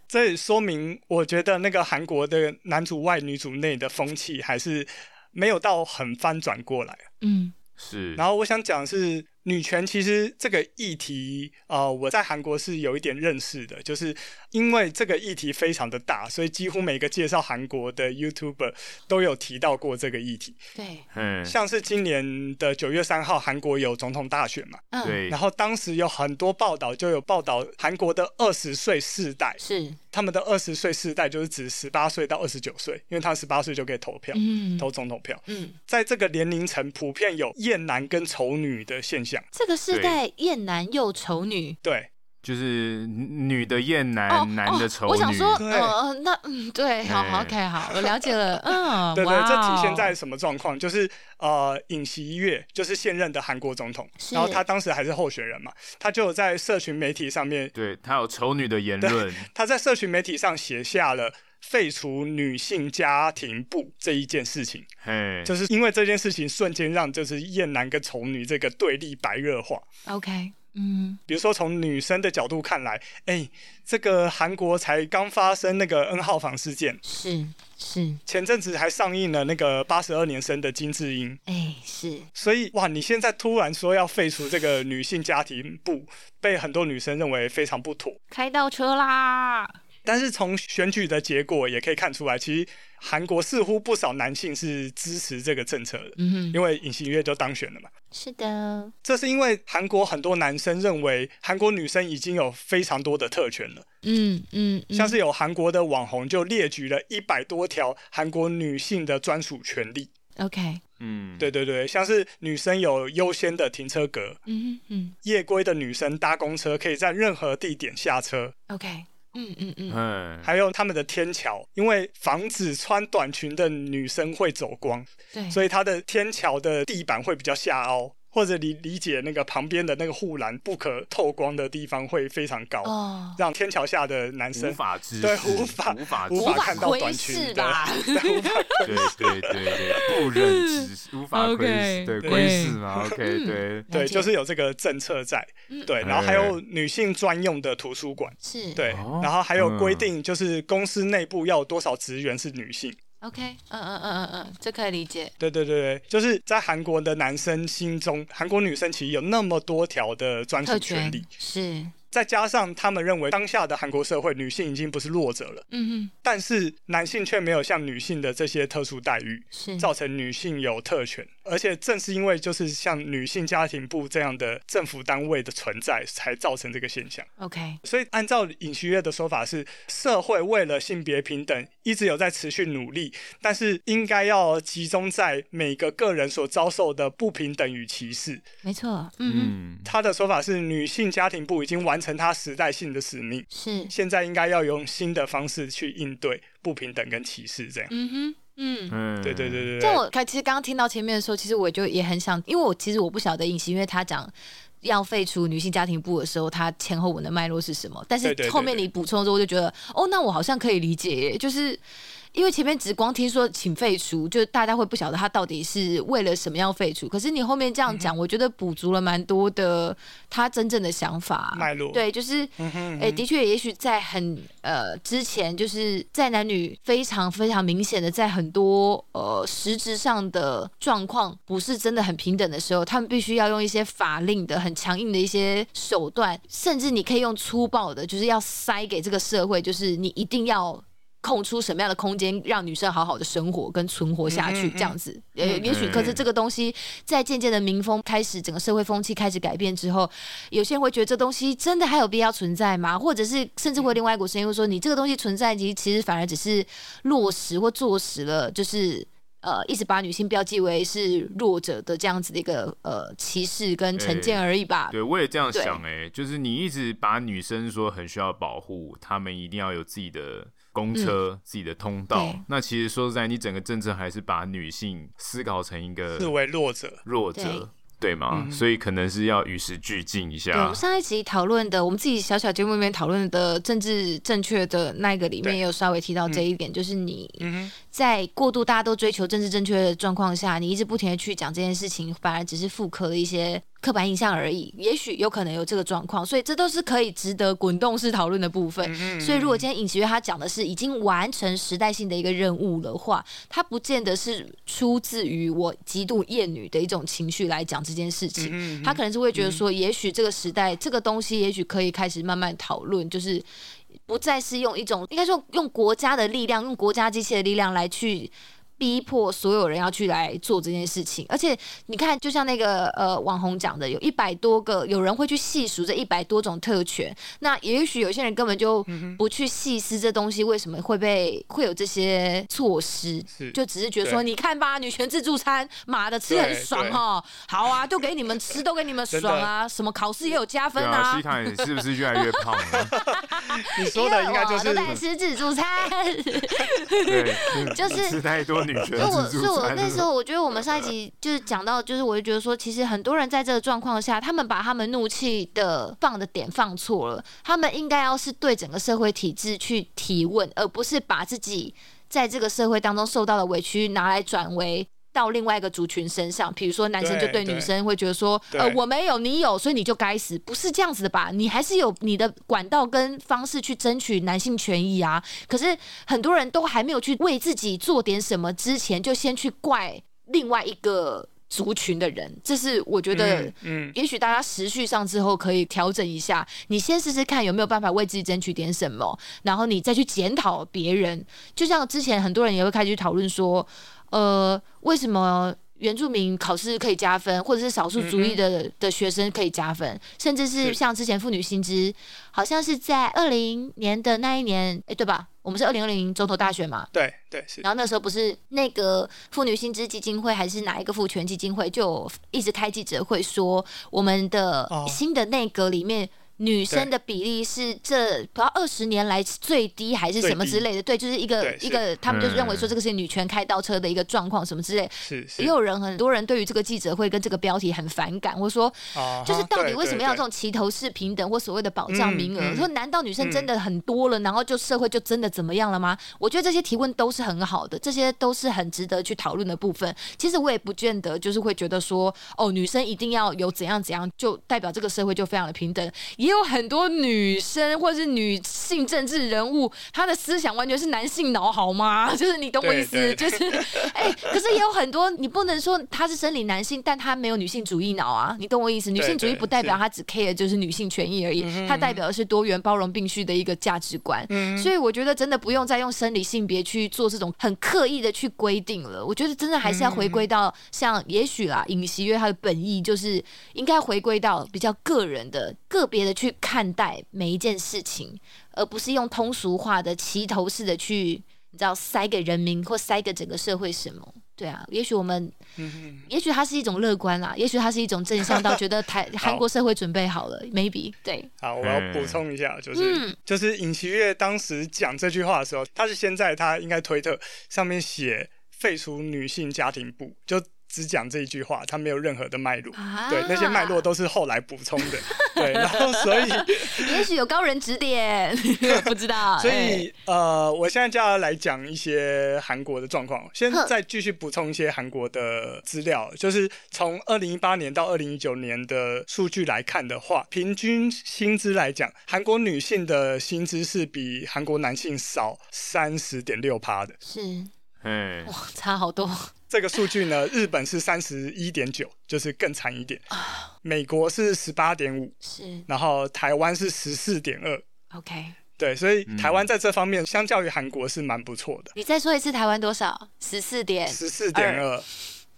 Speaker 2: 这也说明，我觉得那个韩国的男主外女主内的风气还是没有到很翻转过来。
Speaker 3: 嗯，
Speaker 1: 是。
Speaker 2: 然后我想讲的是女权，其实这个议题，呃，我在韩国是有一点认识的，就是因为这个议题非常的大，所以几乎每个介绍韩国的 YouTuber 都有提到过这个议题。
Speaker 3: 对，
Speaker 1: 嗯，
Speaker 2: 像是今年的九月三号，韩国有总统大选嘛，
Speaker 3: 嗯，
Speaker 1: 对
Speaker 2: 然，后当时有很多报道，就有报道韩国的二十岁世代，
Speaker 3: 是，
Speaker 2: 他们的二十岁世代就是指十八岁到二十九岁，因为他十八岁就可以投票，
Speaker 3: 嗯
Speaker 2: 投总统票。
Speaker 3: 嗯，
Speaker 2: 在这个年龄层普遍有厌男跟丑女的现象。
Speaker 3: 这个世代厌男又丑女，
Speaker 2: 对，
Speaker 1: 就是女的厌男，
Speaker 3: 哦
Speaker 1: 男的丑女。
Speaker 3: 哦。我想说，
Speaker 2: 对
Speaker 3: 呃，那嗯，对，好
Speaker 1: 哎
Speaker 3: 好，OK，好，我了解 了，嗯，
Speaker 2: 对对，
Speaker 3: 哇
Speaker 2: 这
Speaker 3: 哦
Speaker 2: 体现在什么状况？就是呃，尹锡悦就是现任的韩国总统，
Speaker 3: 是
Speaker 2: 然后他当时还是候选人嘛，他就有在社群媒体上面，
Speaker 1: 对他有丑女的言 论，
Speaker 2: 他在社群媒体上写下了。废除女性家庭部这一件事情，
Speaker 1: 嘿，
Speaker 2: 就是因为这件事情瞬间让就是厌男跟丑女这个对立白热化，
Speaker 3: OK，嗯，
Speaker 2: 比如说从女生的角度看来，哎，这个韩国才刚发生那个 N 号房事件，
Speaker 3: 是是，
Speaker 2: 前阵子还上映了那个八十二年生的金智英，
Speaker 3: 哎，是
Speaker 2: 所以哇，你现在突然说要废除这个女性家庭部，被很多女生认为非常不妥。
Speaker 3: 开倒车啦，
Speaker 2: 但是从选举的结果也可以看出来，其实韩国似乎不少男性是支持这个政策的，
Speaker 3: 嗯哼，
Speaker 2: 因为尹锡悦就当选了嘛。
Speaker 3: 是的，
Speaker 2: 这是因为韩国很多男生认为韩国女生已经有非常多的特权了。
Speaker 3: 嗯嗯，嗯
Speaker 2: 像是有韩国的网红就列举了一百多条韩国女性的专属权利。
Speaker 3: OK，
Speaker 1: 嗯，
Speaker 2: 对对对，像是女生有优先的停车格，
Speaker 3: 嗯哼嗯
Speaker 2: 夜归的女生搭公车可以在任何地点下车，
Speaker 3: ，OK，嗯嗯嗯，
Speaker 1: 嗯，
Speaker 2: 还有他们的天桥，因为防止穿短裙的女生会走光，
Speaker 3: 对，
Speaker 2: 所以它的天桥的地板会比较下凹。或者理理解那个旁边的那个护栏不可透光的地方会非常高，
Speaker 3: 哦，
Speaker 2: 让天桥下的男
Speaker 1: 无
Speaker 2: 生
Speaker 1: 法直视，
Speaker 2: 对无法
Speaker 1: 无法
Speaker 2: 无
Speaker 1: 直
Speaker 2: 法
Speaker 3: 无
Speaker 1: 视
Speaker 3: 法
Speaker 2: 看到
Speaker 3: 窥
Speaker 2: 短裙
Speaker 3: 视
Speaker 2: 的
Speaker 3: 啦，
Speaker 1: 对对对对，不忍直视，无法窥视，
Speaker 3: OK，嗯
Speaker 1: 对
Speaker 2: 对
Speaker 1: 窥视嘛，OK，对，
Speaker 2: 对，
Speaker 3: 了解
Speaker 2: 就是有这个政策在，
Speaker 3: 嗯
Speaker 2: 对，然后还有女性专用的图书馆，
Speaker 3: 是，
Speaker 2: 对，
Speaker 1: 哦
Speaker 2: 然后还有规定，就是公司内部要有多少职员是女性，
Speaker 3: ，OK，嗯嗯嗯嗯嗯，这可以理解，
Speaker 2: 对对对对，就是在韩国的男生心中，韩国女生其实有那么多条的专属
Speaker 3: 特
Speaker 2: 权
Speaker 3: 权
Speaker 2: 利，
Speaker 3: 是，
Speaker 2: 再加上他们认为当下的韩国社会女性已经不是弱者了，
Speaker 3: 嗯哼，
Speaker 2: 但是男性却没有像女性的这些特殊待遇，
Speaker 3: 是，
Speaker 2: 造成女性有特权，而且正是因为就是像女性家庭部这样的政府单位的存在，才造成这个现象。
Speaker 3: OK，
Speaker 2: 所以，按照尹锡悦的说法是，社会为了性别平等一直有在持续努力，但是应该要集中在每个个人所遭受的不平等与歧视。
Speaker 3: 没错，嗯嗯，
Speaker 1: 嗯，
Speaker 2: 他的说法是，女性家庭部已经完成她时代性的使命，
Speaker 3: 是，
Speaker 2: 现在应该要用新的方式去应对不平等跟歧视。这样，
Speaker 3: 嗯哼，嗯。
Speaker 1: 嗯，
Speaker 2: 对对对对
Speaker 3: 但
Speaker 2: 对，
Speaker 3: 我看，其实刚刚听到前面的时候，其实我就也很想，因为我其实我不晓得尹锡，因为他讲要废除女性家庭部的时候，他前后文的脉络是什么。但
Speaker 2: 对
Speaker 3: 是
Speaker 2: 对对
Speaker 3: 后面
Speaker 2: 对
Speaker 3: 你补充之后，我就觉得，哦，那我好像可以理解耶，就是因为前面只光听说请废除，就大家会不晓得他到底是为了什么样废除。可是你后面这样
Speaker 2: 嗯
Speaker 3: 讲，我觉得补足了蛮多的他真正的想法
Speaker 2: 脉络
Speaker 3: 对，就是，
Speaker 2: 嗯哼
Speaker 3: 哎、的确，也许在很呃之前，就是在男女非常非常明显的，在很多呃实质上的状况不是真的很平等的时候，他们必须要用一些法令的很强硬的一些手段，甚至你可以用粗暴的，就是要塞给这个社会，就是你一定要。空出什么样的空间让女生好好的生活跟存活下
Speaker 2: 嗯嗯
Speaker 3: 去？
Speaker 2: 嗯嗯
Speaker 3: 这样子，呃，也许可是这个东西在渐渐的民风开始，整个社会风气开始改变之后，有些人会觉得这东西真的还有必要存在吗？或者是甚至会有另外一股声音会说，你这个东西存在，其实其实反而只是落实或坐实了，就是呃，一直把女性标记为是弱者的这样子的一个呃歧视跟成见而已吧。
Speaker 1: 对，我也这样
Speaker 3: 对
Speaker 1: 想哎、就是你一直把女生说很需要保护，她们一定要有自己的公车、自己的通道
Speaker 3: 嗯对。
Speaker 1: 那其实说实在，你整个政策还是把女性思考成一个
Speaker 2: 视为弱 者，
Speaker 1: 弱者，对
Speaker 2: 嗯
Speaker 1: 吗？所以可能是要与时俱进一
Speaker 3: 对，我
Speaker 1: 下
Speaker 3: 们。上一集讨论的，我们自己小小节目里面讨论的政治正确的那一个里面，
Speaker 2: 对
Speaker 3: 也有稍微提到这一点，就是你
Speaker 2: 嗯
Speaker 3: 在过度大家都追求政治正确的状况下，你一直不停的去讲这件事情，反而只是复刻了一些刻板印象而已。也许有可能有这个状况，所以这都是可以值得滚动式讨论的部分。
Speaker 2: 嗯
Speaker 3: 所以如果今天尹奇月他讲的是已经完成时代性的一个任务的话，他不见得是出自于我极度厌女的一种情绪来讲这件事情。
Speaker 2: 嗯
Speaker 3: 他可能是会觉得说，也许这个时代、这个东西，也许可以开始慢慢讨论，就是不再是用一种应该说用国家的力量、用国家机器的力量来去。逼迫所有人要去来做这件事情，而且你看，就像那个呃网红讲的，有一百多个，有人会去细数这一百多种特权，那也许有些人根本就
Speaker 2: 嗯
Speaker 3: 不去细思这东西为什么会被会有这些措施
Speaker 2: 是，
Speaker 3: 就只是觉得说，
Speaker 2: 对
Speaker 3: 你看吧，女权自助餐，妈的吃
Speaker 2: 对
Speaker 3: 很爽
Speaker 2: 对
Speaker 3: 哦，好啊，都给你们吃，都给你们
Speaker 2: 真
Speaker 3: 爽
Speaker 2: 的
Speaker 3: 啊，什么考试也有加分
Speaker 1: 对啊，西卡是不是越来越胖 了？
Speaker 2: 你说的应该就
Speaker 3: 因为我都
Speaker 2: 是嗯
Speaker 3: 在吃自助餐，
Speaker 1: 对，
Speaker 3: 就是
Speaker 1: 吃太多女权
Speaker 3: 所以我，
Speaker 1: 自
Speaker 3: 所以
Speaker 1: 助
Speaker 3: 我
Speaker 1: 餐
Speaker 3: 那时候我觉得我们上一集就是讲到，就是我就觉得说，其实很多人在这个状况下，他们把他们怒气的放的点放错了，他们应该要是对整个社会体制去提问，而不是把自己在这个社会当中受到的委屈拿来转为。到另外一个族群身上，比如说男生就
Speaker 2: 对
Speaker 3: 对
Speaker 2: 对
Speaker 3: 女生会觉得说，
Speaker 2: 对
Speaker 3: 呃，我没有，你有，所以你就该死，不是这样子的吧？你还是有你的管道跟方式去争取男性权益啊。可是很多人都还没有去为自己做点什么之前，就先去怪另外一个族群的人，这是我觉得
Speaker 2: 嗯。嗯，
Speaker 3: 也许大家时序上之后可以调整一下，你先试试看有没有办法为自己争取点什么，然后你再去检讨别人。就像之前很多人也会开始去讨论说，呃，为什么原住民考试可以加分，或者是少数族裔的、的学生可以加分，甚至是
Speaker 2: 是
Speaker 3: 像之前妇女薪资，好像是在二零年的那一年，诶，对吧？我们是二零二零总统大选嘛，
Speaker 2: 对对是，
Speaker 3: 然后那时候不是那个妇女薪资基金会还是哪一个妇权基金会，就有一直开记者会说，我们的
Speaker 2: 哦
Speaker 3: 新的内阁里面。女生的比例是这不知道二十年来最低还是什么之类的，对，就是一个
Speaker 2: 对是
Speaker 3: 一个，他们就是认为
Speaker 1: 嗯
Speaker 3: 说这个是女权开倒车的一个状况什么之类，
Speaker 2: 是是
Speaker 3: 也有人很多人对于这个记者会跟这个标题很反感，或说
Speaker 2: 啊哈，
Speaker 3: 就是到底
Speaker 2: 对
Speaker 3: 为什么要有这？
Speaker 2: 对
Speaker 3: 种齐头式平等或所谓的保障名
Speaker 2: 嗯
Speaker 3: 额？
Speaker 2: 嗯
Speaker 3: 说难道女生真的很多了，然后就社会就真的怎么样了吗？我觉得这些提问都是很好的，这些都是很值得去讨论的部分。其实我也不见得就是会觉得说，哦，女生一定要有怎样怎样，就代表这个社会就非常的平等。也有很多女生或者是女性政治人物，她的思想完全是男性脑，好吗？ 就是你懂我意思，
Speaker 2: 对对
Speaker 3: 就是 哎、可是也有很多你不能说她是生理男性，但她没有女性主义脑啊，你懂我意思？女性主义不代表她只 care 就是女性权益而已，它代表的是多元包容并蓄的一个价值观。所以我觉得真的不用再用生理性别去做这种很刻意的去规定了。我觉得真的还是要回归到像也许啦，尹锡悦他的本意就是应该回归到比较个人的、个别的去看待每一件事情，而不是用通俗化的、齐头式的去。你知道塞给人民或塞给整个社会什么？对啊，也许我们，也许它是一种乐观啦，也许它是一种正 向到觉得台韩国社会准备好了，maybe 对，
Speaker 2: 好，我要补充一下，就是就是尹锡悦当时讲这句话的时候，他是先在他应该推特上面写废除女性家庭部，就只讲这一句话，他没有任何的脉络。
Speaker 3: 啊
Speaker 2: 对，那些脉络都是后来补充的。对，然后所以
Speaker 3: 也许有高人指 点，不知道。
Speaker 2: 所
Speaker 3: 哎
Speaker 2: 以呃，我现在就要来讲一些韩国的状况，先
Speaker 3: 哼
Speaker 2: 再继续补充一些韩国的资料，就是从二零一八年到二零一九年的数据来看的话，平均薪资来讲，韩国女性的薪资是比韩国男性少三十点六趴的。
Speaker 3: 是
Speaker 1: 嘿，
Speaker 3: 哇，差好多。
Speaker 2: 这个数据呢，日本是三十一点九，就是更惨一点，美国是十八点五，
Speaker 3: 是
Speaker 2: 然后台湾是十四点二。
Speaker 3: OK。
Speaker 2: 对，所以台湾
Speaker 1: 嗯
Speaker 2: 在这方面相较于韩国是蛮不错的。
Speaker 3: 你再说一次台湾多少？十四点。
Speaker 2: 十四点二，
Speaker 3: 哎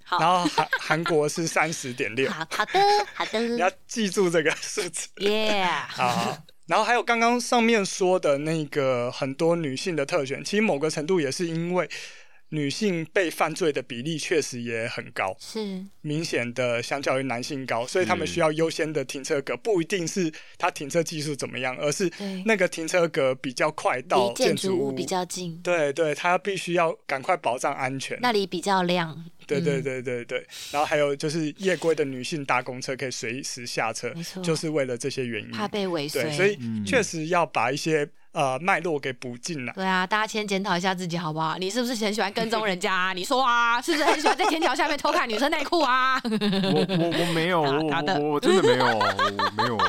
Speaker 3: 好
Speaker 2: 然后韩韩国是三十点六，
Speaker 3: 好 好的好
Speaker 2: 你要
Speaker 3: 的
Speaker 2: 记住这个数字
Speaker 3: ，Yeah。
Speaker 2: 啊。然后还有刚刚上面说的那个很多女性的特权，其实某个程度也是因为女性被犯罪的比例确实也很高，
Speaker 3: 是
Speaker 2: 明显的相较于男性高，所以
Speaker 3: 嗯
Speaker 2: 他们
Speaker 1: 是
Speaker 2: 需要优先的停车格，不一定是他停车技术怎么样，而是
Speaker 3: 对
Speaker 2: 那个停车格比较快到
Speaker 3: 离建
Speaker 2: 筑
Speaker 3: 筑物比较近，
Speaker 2: 对对，他必须要赶快保障安全。
Speaker 3: 那里比较亮。
Speaker 2: 对对
Speaker 3: 嗯，
Speaker 2: 对对对，然后还有就是夜归的女性搭公车可以随时下车
Speaker 3: 没错，
Speaker 2: 就是为了这些原因。
Speaker 3: 怕被尾随。
Speaker 2: 嗯对，所以
Speaker 1: 嗯
Speaker 2: 确实要把一些呃脉络给补进来。
Speaker 3: 对啊，大家先检讨一下自己好不好？你是不是很喜欢跟踪人家、 啊？你说啊，是不是很喜欢在天桥下面偷看女生内裤啊？
Speaker 1: 我我我没有，我
Speaker 3: 好的
Speaker 1: 我我真的没有，我没有。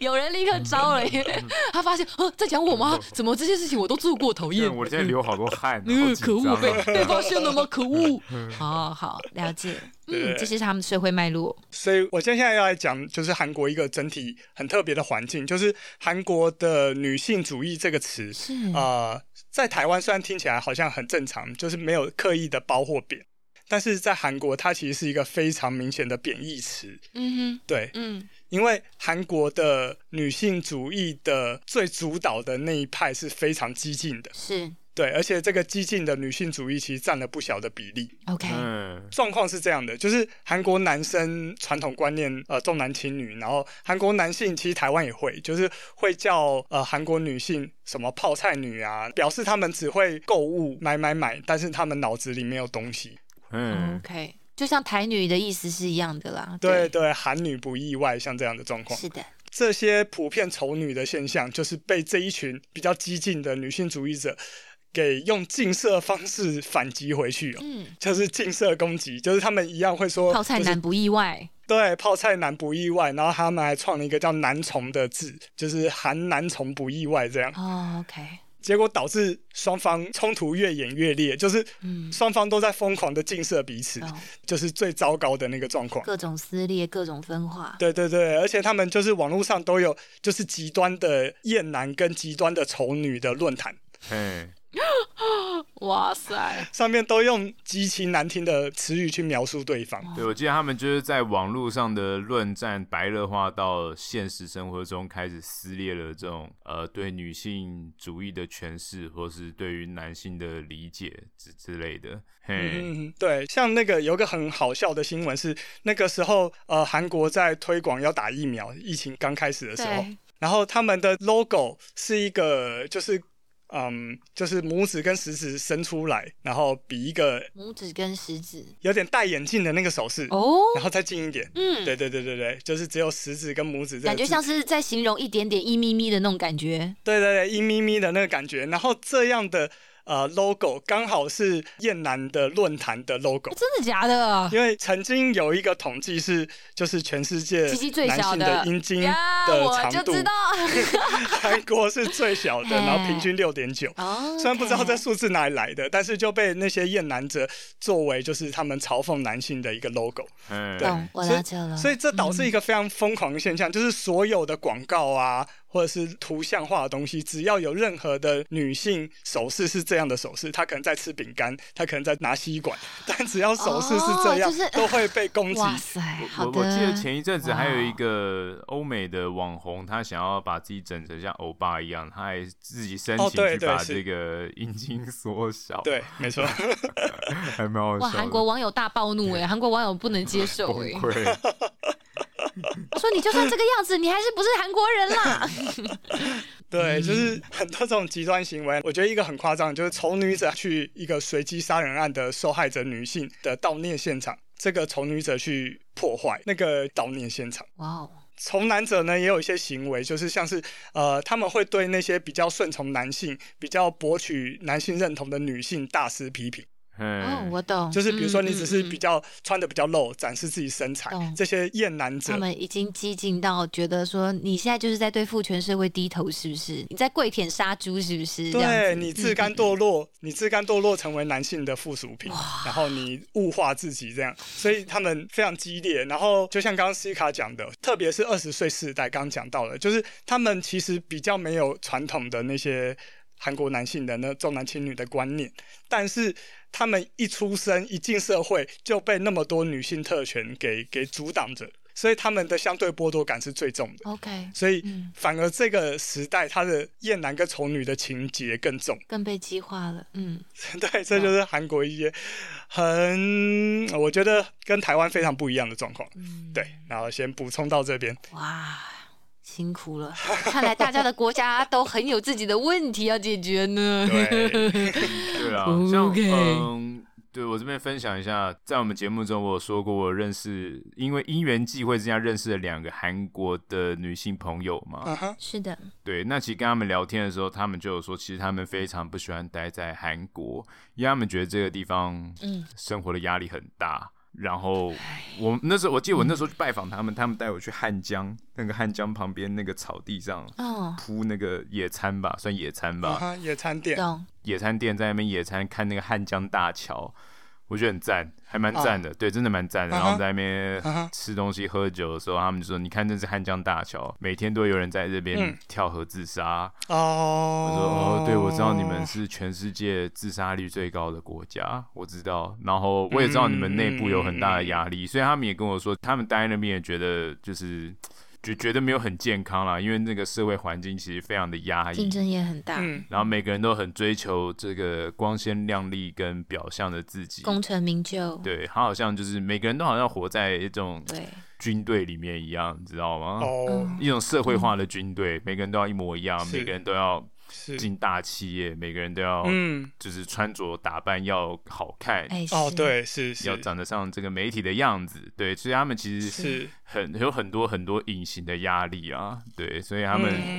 Speaker 3: 有人立刻招
Speaker 1: 嗯
Speaker 3: 了，因为他发现哦，在讲我吗？怎么这件事情我都做过？讨
Speaker 1: 对，！
Speaker 3: 厌
Speaker 1: 嗯我现在流好多汗，啊好
Speaker 3: 嗯，
Speaker 1: 紧
Speaker 3: 可
Speaker 1: 张
Speaker 3: 恶， 被
Speaker 1: 啊。嗯
Speaker 3: 被发现了吗？可恶！好好了解，嗯，
Speaker 2: 对
Speaker 3: 这是他们社会脉络。
Speaker 2: 所以我现在要来讲，就是韩国一个整体很特别的环境，就是韩国的女性主义这个词，
Speaker 3: 是
Speaker 1: 啊
Speaker 2: 呃，在台湾虽然听起来好像很正常，就是没有刻意的褒或贬，但是在韩国它其实是一个非常明显的贬义词。
Speaker 3: 嗯哼，
Speaker 2: 对，
Speaker 3: 嗯，
Speaker 2: 因为韩国的女性主义的最主导的那一派是非常激进的，
Speaker 3: 是
Speaker 2: 对，而且这个激进的女性主义其实占了不小的比例。
Speaker 3: OK，
Speaker 1: 嗯，
Speaker 2: 状况是这样的，就是韩国男生传统观念呃重男轻女，然后韩国男性其实台湾也会，就是会叫呃韩国女性什么泡菜女啊，表示他们只会购物买买买，但是他们脑子里没有东西。
Speaker 1: 嗯，
Speaker 3: OK，就像台女的意思是一样的啦。
Speaker 2: 对，对，韩女不意外，像这样的状况。
Speaker 3: 是的，
Speaker 2: 这些普遍丑女的现象，就是被这一群比较激进的女性主义者给用近色方式反击回去、哦。
Speaker 3: 嗯，
Speaker 2: 就是近色攻击，就是他们一样会说
Speaker 3: 泡菜
Speaker 2: 就是
Speaker 3: 男不意外。
Speaker 2: 对泡菜男不意外，然后他们还创了一个叫男虫的字，就是含男虫不意外这样，
Speaker 3: 哦，OK，
Speaker 2: 结果导致双方冲突越演越烈，就是
Speaker 3: 嗯，哦
Speaker 2: 双方都在疯狂的近色彼此，
Speaker 3: 懂
Speaker 2: 就是最糟糕的那个状况。
Speaker 3: 各种撕裂，各种分化。
Speaker 2: 对对对，而且他们就是网络上都有就是极端的厌男跟极端的丑女的论坛，
Speaker 1: 嘿，
Speaker 3: 哇塞，
Speaker 2: 上面都用极其难听的词语去描述对方。
Speaker 1: 对，我记得他们就是在网络上的论战白热化到现实生活中开始撕裂了这种呃对女性主义的诠释，或是对于男性的理解之之类的。嘿，
Speaker 2: 嗯，对，像那个有一个很好笑的新闻是，那个时候呃，韩国在推广要打疫苗，疫情刚开始的时候，
Speaker 3: 对，
Speaker 2: 然后他们的 logo 是一个就是嗯，就是拇指跟食指伸出来，然后比一个
Speaker 3: 拇指跟食指。
Speaker 2: 有点戴眼镜的那个手势，
Speaker 3: 哦，
Speaker 2: 然后再近一点，
Speaker 3: 嗯，
Speaker 2: 对对对对对，就是只有食指跟拇指这个
Speaker 3: 感觉
Speaker 2: 字
Speaker 3: 像是在形容一点点一咪咪的那种感觉。
Speaker 2: 对对对一咪咪的那个感觉，然后这样的呃 logo 刚好是燕南的论坛的 logo，
Speaker 3: 真的假的？
Speaker 2: 因为曾经有一个统计是，就是全世界
Speaker 3: 鸡鸡最
Speaker 2: 男
Speaker 3: 小
Speaker 2: 性的阴茎
Speaker 3: 呀，
Speaker 2: 的
Speaker 3: 我
Speaker 2: 长
Speaker 3: 就
Speaker 2: 度
Speaker 3: 知，道。
Speaker 2: 韩国是最小 的，然后平均六点九。
Speaker 3: 哦，
Speaker 2: 虽然不知道这数字哪里来的，但是就被那些厌男者作为就是他们嘲讽男性的一个 logo。
Speaker 1: 嗯，
Speaker 3: 懂，我
Speaker 2: 所以
Speaker 3: 了解了。嗯
Speaker 2: 所以这导致一个非常疯狂的现象，就是所有的广告啊，或者是图像化的东西，只要有任何的女性手势是这样的手势，她可能在吃饼干，她可能在拿吸管，但只要手势是这样，
Speaker 3: 哦就是
Speaker 2: 都会被攻击。
Speaker 3: 哇塞，好
Speaker 1: 我
Speaker 3: 的。
Speaker 1: 我记得前一阵子还有一
Speaker 3: 哇
Speaker 1: 个欧美的网红，他想要把自己整成像欧巴一样，他还自己申
Speaker 2: 哦
Speaker 1: 请
Speaker 2: 对
Speaker 1: 去
Speaker 2: 对
Speaker 1: 把
Speaker 2: 是
Speaker 1: 这个阴茎缩小，，
Speaker 2: 对，没 错。
Speaker 1: 还蛮好笑
Speaker 3: 哇，
Speaker 1: 的。
Speaker 3: 韩国网友大暴怒哎，韩国网友不能 接受
Speaker 1: 崩
Speaker 3: 欸哎，
Speaker 1: 溃，
Speaker 3: 说你就算这个样子，你还是不是韩国人啦？
Speaker 2: 对，就是很多这种极端行为。我觉得一个很夸张，就是丑女者去一个随机杀人案的受害者女性的悼念现场，这个丑女者去破坏那个悼念现场。
Speaker 3: 哇哦，
Speaker 2: 从男者呢也有一些行为，就是像是呃，他们会对那些比较顺从男性、比较博取男性认同的女性大肆批评。
Speaker 3: 哦，
Speaker 1: 嗯，
Speaker 3: 我懂，
Speaker 2: 就是比如说，你只是
Speaker 3: 嗯嗯嗯
Speaker 2: 比较穿的比较露，展示自己身材
Speaker 3: 懂，
Speaker 2: 这些厌男者
Speaker 3: 他们已经激进到觉得说，你现在就是在对父权社会低头，是不是？你在跪舔杀猪，是不是？这样
Speaker 2: 对
Speaker 3: 子
Speaker 2: 你自甘堕落，你自甘堕落成为男性的附属品，然后你物化自己这样，所以他们非常激烈。然后就像刚刚西卡讲的，特别是二十岁世代，刚刚讲到了，就是他们其实比较没有传统的那些韩国男性的那重男轻女的观念，但是。他们一出生一进社会就被那么多女性特权给给阻挡着，所以他们的相对剥夺感是最重的。
Speaker 3: OK，
Speaker 2: 所以
Speaker 3: 嗯
Speaker 2: 反而这个时代，他的厌男跟丑女的情节更重。
Speaker 3: 更被激化了。嗯，
Speaker 2: 对，这就是韩国一些很，我觉得跟台湾非常不一样的状况。
Speaker 3: 嗯
Speaker 2: 对，然后先补充到这边。
Speaker 3: 哇，辛苦了！看来大家的国家都很有自己的问题要解决呢。
Speaker 2: 对
Speaker 1: 对啊，
Speaker 3: OK
Speaker 1: 像嗯。对我这边分享一下，在我们节目中我有说过，我认识因为因缘际会之下认识了两个韩国的女性朋友嘛，
Speaker 2: 嗯哼，
Speaker 3: 是的，
Speaker 1: 对，那其实跟他们聊天的时候，他们就有说，其实他们非常不喜欢待在韩国，因为他们觉得这个地方
Speaker 3: 嗯，
Speaker 1: 生活的压力很大。然后我那时候，我记得我那时
Speaker 2: 嗯
Speaker 1: 候去拜访他们，他们带我去汉江，那个汉江旁边那个草地上
Speaker 3: 哦，
Speaker 1: 铺那个野餐吧，算野餐
Speaker 2: 嗯
Speaker 1: 吧，
Speaker 2: 哼，野餐店，
Speaker 3: 懂，
Speaker 1: 野餐店在那边野餐，看那个汉江大桥，我觉得很赞，还蛮赞的，对，真的蛮赞的。
Speaker 2: 啊
Speaker 1: 然
Speaker 2: 哈
Speaker 1: 后在那边
Speaker 2: 啊哈
Speaker 1: 吃东西喝酒的时候，他们就说：“你看，这是汉江大桥，每天都有人在这边
Speaker 2: 嗯
Speaker 1: 跳河自杀。”
Speaker 2: 哦，
Speaker 1: 我说哦，对，我知道你们是全世界自杀率最高的国家，我知道。然后我也知道你们内部有很大的压力，所以他们也跟我说，他们待在那边也觉得就是就觉得没有很健康啦，因为那个社会环境其实非常的压抑
Speaker 3: 竞，争也很大，
Speaker 2: 嗯，
Speaker 1: 然后每个人都很追求这个光鲜亮丽跟表象的自己。
Speaker 3: 功成名就。
Speaker 1: 对他好像就是每个人都好像活在一种
Speaker 3: 对，嗯
Speaker 1: 军队里面一样，你知道吗？
Speaker 2: 哦，
Speaker 1: 一种社会化的军队，每个人都要一模一样，
Speaker 2: 是
Speaker 1: 每个人都要
Speaker 2: 是，
Speaker 1: 进大企业，每个人都要
Speaker 2: 嗯，
Speaker 1: 就是穿着打扮要好看，
Speaker 3: 哎，
Speaker 2: 哦，
Speaker 3: 是，
Speaker 2: 对，是是
Speaker 1: 要长得上这个媒体的样子，对，所以他们其实
Speaker 2: 是，
Speaker 1: 很有很多很多隐形的压力啊，对，所以他们、
Speaker 2: 嗯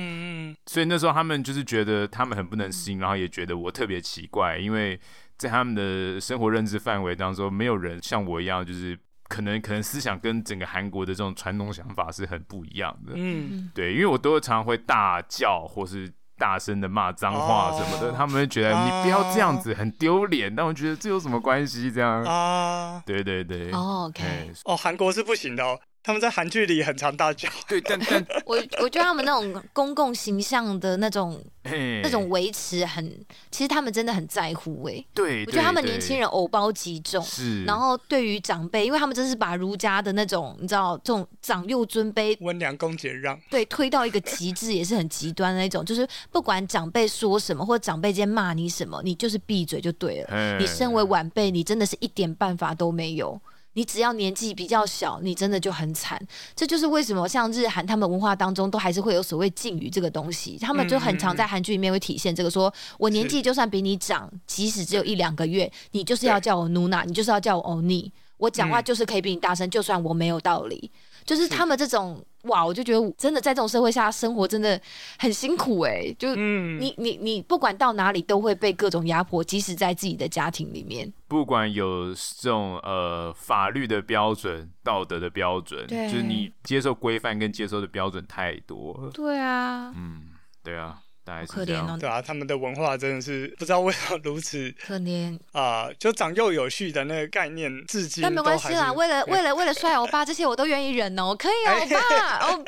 Speaker 2: 嗯
Speaker 1: 所以那时候他们就是觉得他们很不能适应，然后也觉得我特别奇怪，因为在他们的生活认知范围当中，没有人像我一样就是。可能可能思想跟整个韩国的这种传统想法是很不一样的，
Speaker 2: 嗯，
Speaker 1: 对，因为我都常常会大叫或是大声的骂脏话什么的，
Speaker 2: 哦
Speaker 1: 他们会觉得你不要这样子，很丢脸。但我觉得这有什么关系？这样，
Speaker 2: 嗯啊，
Speaker 1: 对对对。
Speaker 3: 哦，OK
Speaker 1: 哎
Speaker 2: 哦，韩国是不行的哦，他们在韩剧里很常大叫，
Speaker 1: 对，但 但
Speaker 3: 我我觉得他们那种公共形象的那种
Speaker 1: 哎，
Speaker 3: 那种维持很，其实他们真的很在乎哎、
Speaker 1: 对，
Speaker 3: 我觉得他们
Speaker 1: 对
Speaker 3: 年轻人偶包极重，
Speaker 1: 是，
Speaker 3: 然后对于长辈，因为他们真是把儒家的那种你知道这种长幼尊卑
Speaker 2: 温良恭俭让，
Speaker 3: 对推到一个极致，也是很极端的那种，就是不管长辈说什么或者长辈间骂你什么，你就是闭嘴就对了。
Speaker 1: 哎
Speaker 3: 你身为晚辈，你真的是一点办法都没有。你只要年纪比较小，你真的就很惨。这就是为什么像日韩他们文化当中都还是会有所谓敬语这个东西，他们就很常在韩剧里面会体现这个说，我年纪就算比你长，即使只有一两个月，你就是要叫我努娜，你就是要叫我欧尼，我讲话就是可以比你大声，就算我没有道理。就是他们这种哇，我就觉得真的在这种社会下生活真的很辛苦哎、就
Speaker 2: 嗯，
Speaker 3: 你你你不管到哪里都会被各种压迫，即使在自己的家庭里面。
Speaker 1: 不管有这种呃法律的标准、道德的标准，
Speaker 3: 对
Speaker 1: 就是你接受规范跟接受的标准太多了。
Speaker 3: 对啊，
Speaker 1: 嗯，对啊，大概
Speaker 3: 可
Speaker 1: 是这
Speaker 3: 怜
Speaker 1: 样。
Speaker 3: 哦，
Speaker 2: 对啊，他们的文化真的是不知道为什么如此
Speaker 3: 可怜。
Speaker 2: 啊、就长幼有序的那个概念，至今
Speaker 3: 但没
Speaker 2: 都
Speaker 3: 关
Speaker 2: 还
Speaker 3: 系
Speaker 2: 是
Speaker 3: 啦，为了为了为了帅欧巴这些我都愿意忍哦，可以哦，欧巴，
Speaker 2: 哎
Speaker 3: 欧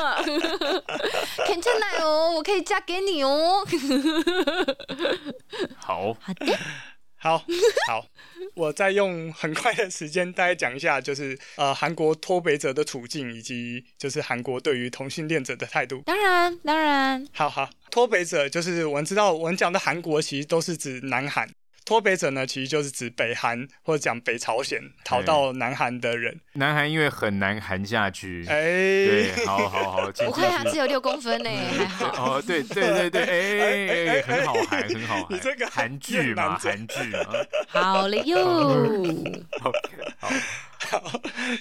Speaker 3: 巴，肯进来哦，我可以嫁给你哦。
Speaker 1: 好，
Speaker 3: 好的，
Speaker 2: 好好，我再用很快的时间大概讲一下，就是呃韩国脱北者的处境，以及就是韩国对于同性恋者的态度。
Speaker 3: 当然当然，
Speaker 2: 好好，脱北者就是我们知道，我们讲的韩国其实都是指南韩。脱北者呢，其实就是指北韩或者讲北朝鲜逃到南韩的人。
Speaker 1: 南韩因为很难含下去，
Speaker 2: 哎、
Speaker 1: 对，好好 好，请
Speaker 3: 我
Speaker 1: 继
Speaker 3: 看他只
Speaker 1: 续。
Speaker 3: 有六 公分呢，还好。
Speaker 1: 哦，对对对 对，哎、哎哎很好含，很好
Speaker 2: 你
Speaker 1: 含。
Speaker 2: 这个
Speaker 1: 韩剧嘛，韩剧嘛。
Speaker 3: 好了哟，
Speaker 1: OK，好，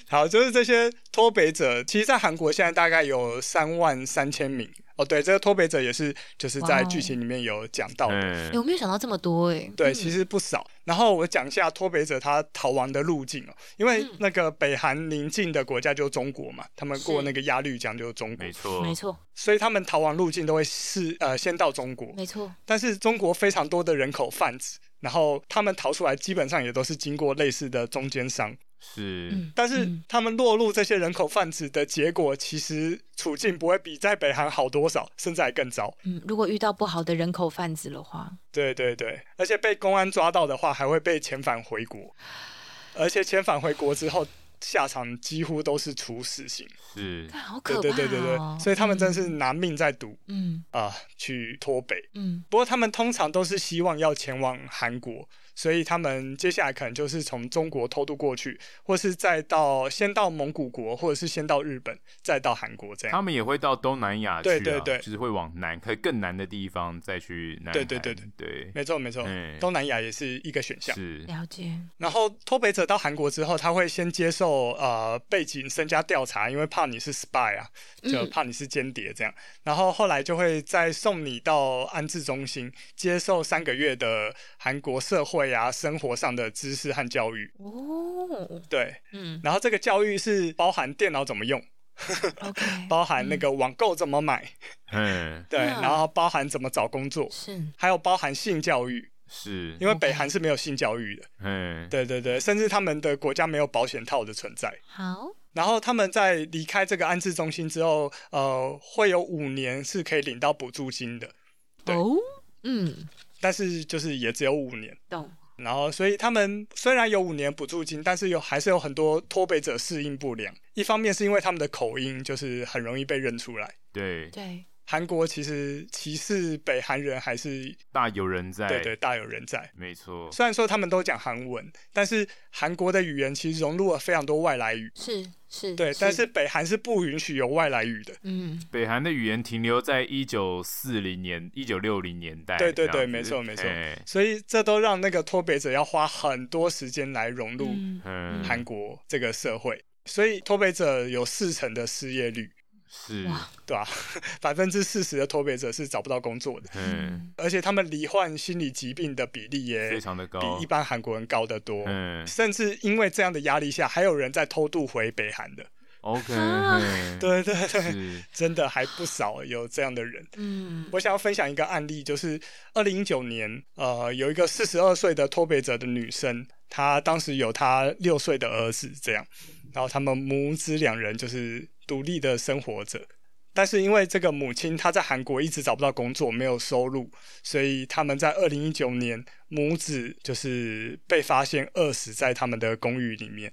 Speaker 2: 好，就是这些脱北者，其实，在韩国现在大概有三万三千名。哦，对，这个脱北者也是，就是
Speaker 3: 哇
Speaker 2: 在
Speaker 3: 哦
Speaker 2: 剧情里面有讲到的。
Speaker 1: 嗯
Speaker 3: 欸，我没有想到这么多哎。
Speaker 2: 对，其实不少。然后我讲一下脱北者他逃亡的路径哦，因为那个北韩邻近的国家就是中国嘛，他们过
Speaker 3: 是
Speaker 2: 那个鸭绿江就是中国
Speaker 1: 没，错，
Speaker 3: 没错，
Speaker 2: 所以他们逃亡路径都会是呃先到中国，
Speaker 3: 没错，
Speaker 2: 但是中国非常多的人口贩子，然后他们逃出来基本上也都是经过类似的中间商，
Speaker 1: 是、
Speaker 3: 嗯，
Speaker 2: 但是
Speaker 3: 嗯
Speaker 2: 他们落入这些人口贩子的结果，其实处境不会比在北韩好多少，甚至还更糟。
Speaker 3: 嗯，如果遇到不好的人口贩子的话，
Speaker 2: 对对对，而且被公安抓到的话，还会被遣返回国，而且遣返回国之后，下场几乎都是处死刑。
Speaker 1: 是，
Speaker 3: 看好
Speaker 2: 对
Speaker 3: 可怕
Speaker 2: 对对对
Speaker 3: 哦
Speaker 2: 对，所以他们真是拿命在赌
Speaker 3: 嗯
Speaker 2: 啊、去脱北。
Speaker 3: 嗯
Speaker 2: 不过他们通常都是希望要前往韩国，所以他们接下来可能就是从中国偷渡过去，或是再到先到蒙古国，或者是先到日本，再到韩国这样。
Speaker 1: 他们也会到东南亚去、啊，
Speaker 2: 对对对
Speaker 1: 就是会往南，可更南的地方再去南韩，
Speaker 2: 对对对
Speaker 1: 对
Speaker 2: 对
Speaker 1: 对，
Speaker 2: 没错没错
Speaker 1: 嗯，
Speaker 2: 东南亚也是一个选项。
Speaker 1: 是
Speaker 3: 了解，
Speaker 2: 然后脱北者到韩国之后，他会先接受呃背景身家调查，因为怕你是 spy 啊，就
Speaker 3: 嗯
Speaker 2: 怕你是间谍这样。然后后来就会再送你到安置中心，接受三个月的韩国社会啊生活上的知识和教育。
Speaker 3: 嗯哦，
Speaker 2: 对，
Speaker 3: 嗯
Speaker 2: 然后这个教育是包含电脑怎么用，
Speaker 3: ，OK，
Speaker 2: 包含那个网购怎么买，
Speaker 1: 嗯
Speaker 2: 对，
Speaker 3: 嗯
Speaker 2: 然后包含怎么找工作，
Speaker 3: 是
Speaker 2: 还有包含性教育，
Speaker 1: 是，
Speaker 2: 因为北韩是没有性教育的，
Speaker 1: 嗯
Speaker 2: 对对对，甚至他们的国家没有保险套的存在。
Speaker 3: 好，
Speaker 2: 然后他们在离开这个安置中心之后，呃，会有五年是可以领到补助金的，对
Speaker 3: 哦，嗯，
Speaker 2: 但是就是也只有五年。
Speaker 3: 懂，
Speaker 2: 然后，所以他们虽然有五年补助金，但是有还是有很多脱北者适应不良。一方面是因为他们的口音就是很容易被认出来，
Speaker 1: 对，
Speaker 3: 对，
Speaker 2: 韩国其实歧视北韩人还是
Speaker 1: 大有人在，
Speaker 2: 对对大有人在。
Speaker 1: 没错，
Speaker 2: 虽然说他们都讲韩文，但是韩国的语言其实融入了非常多外来语。
Speaker 3: 是是，
Speaker 2: 对，但是北韩是不允许有外来语的。
Speaker 3: 嗯，
Speaker 1: 北韩的语言停留在一九四零年、一九六零年代这
Speaker 2: 对
Speaker 1: 样子，
Speaker 2: 对对没错没错
Speaker 1: 哎
Speaker 2: 所以这都让那个脱北者要花很多时间来融入
Speaker 3: 嗯
Speaker 1: 嗯，
Speaker 2: 韩国这个社会，所以脱北者有四成的失业率，嗯
Speaker 1: 是，
Speaker 3: 哇
Speaker 2: 对吧、百分之四十的脱北者是找不到工作的，
Speaker 1: 嗯，
Speaker 2: 而且他们罹患心理疾病的比例也
Speaker 1: 非常的高，
Speaker 2: 比一般韩国人高得多。
Speaker 1: 嗯
Speaker 2: 甚至因为这样的压力下，还有人在偷渡回北韩的。
Speaker 1: ，OK，
Speaker 3: 啊
Speaker 1: 嗯
Speaker 2: 对对对，
Speaker 1: 是，
Speaker 2: 真的还不少有这样的人。
Speaker 3: 嗯
Speaker 2: 我想要分享一个案例，就是二零一九年，呃，有一个四十二岁的脱北者的女生，她当时有她六岁的儿子，这样，然后他们母子两人就是独立的生活着。但是因为这个母亲她在韩国一直找不到工作，没有收入，所以他们在二零一九年母子就是被发现饿死在他们的公寓里面。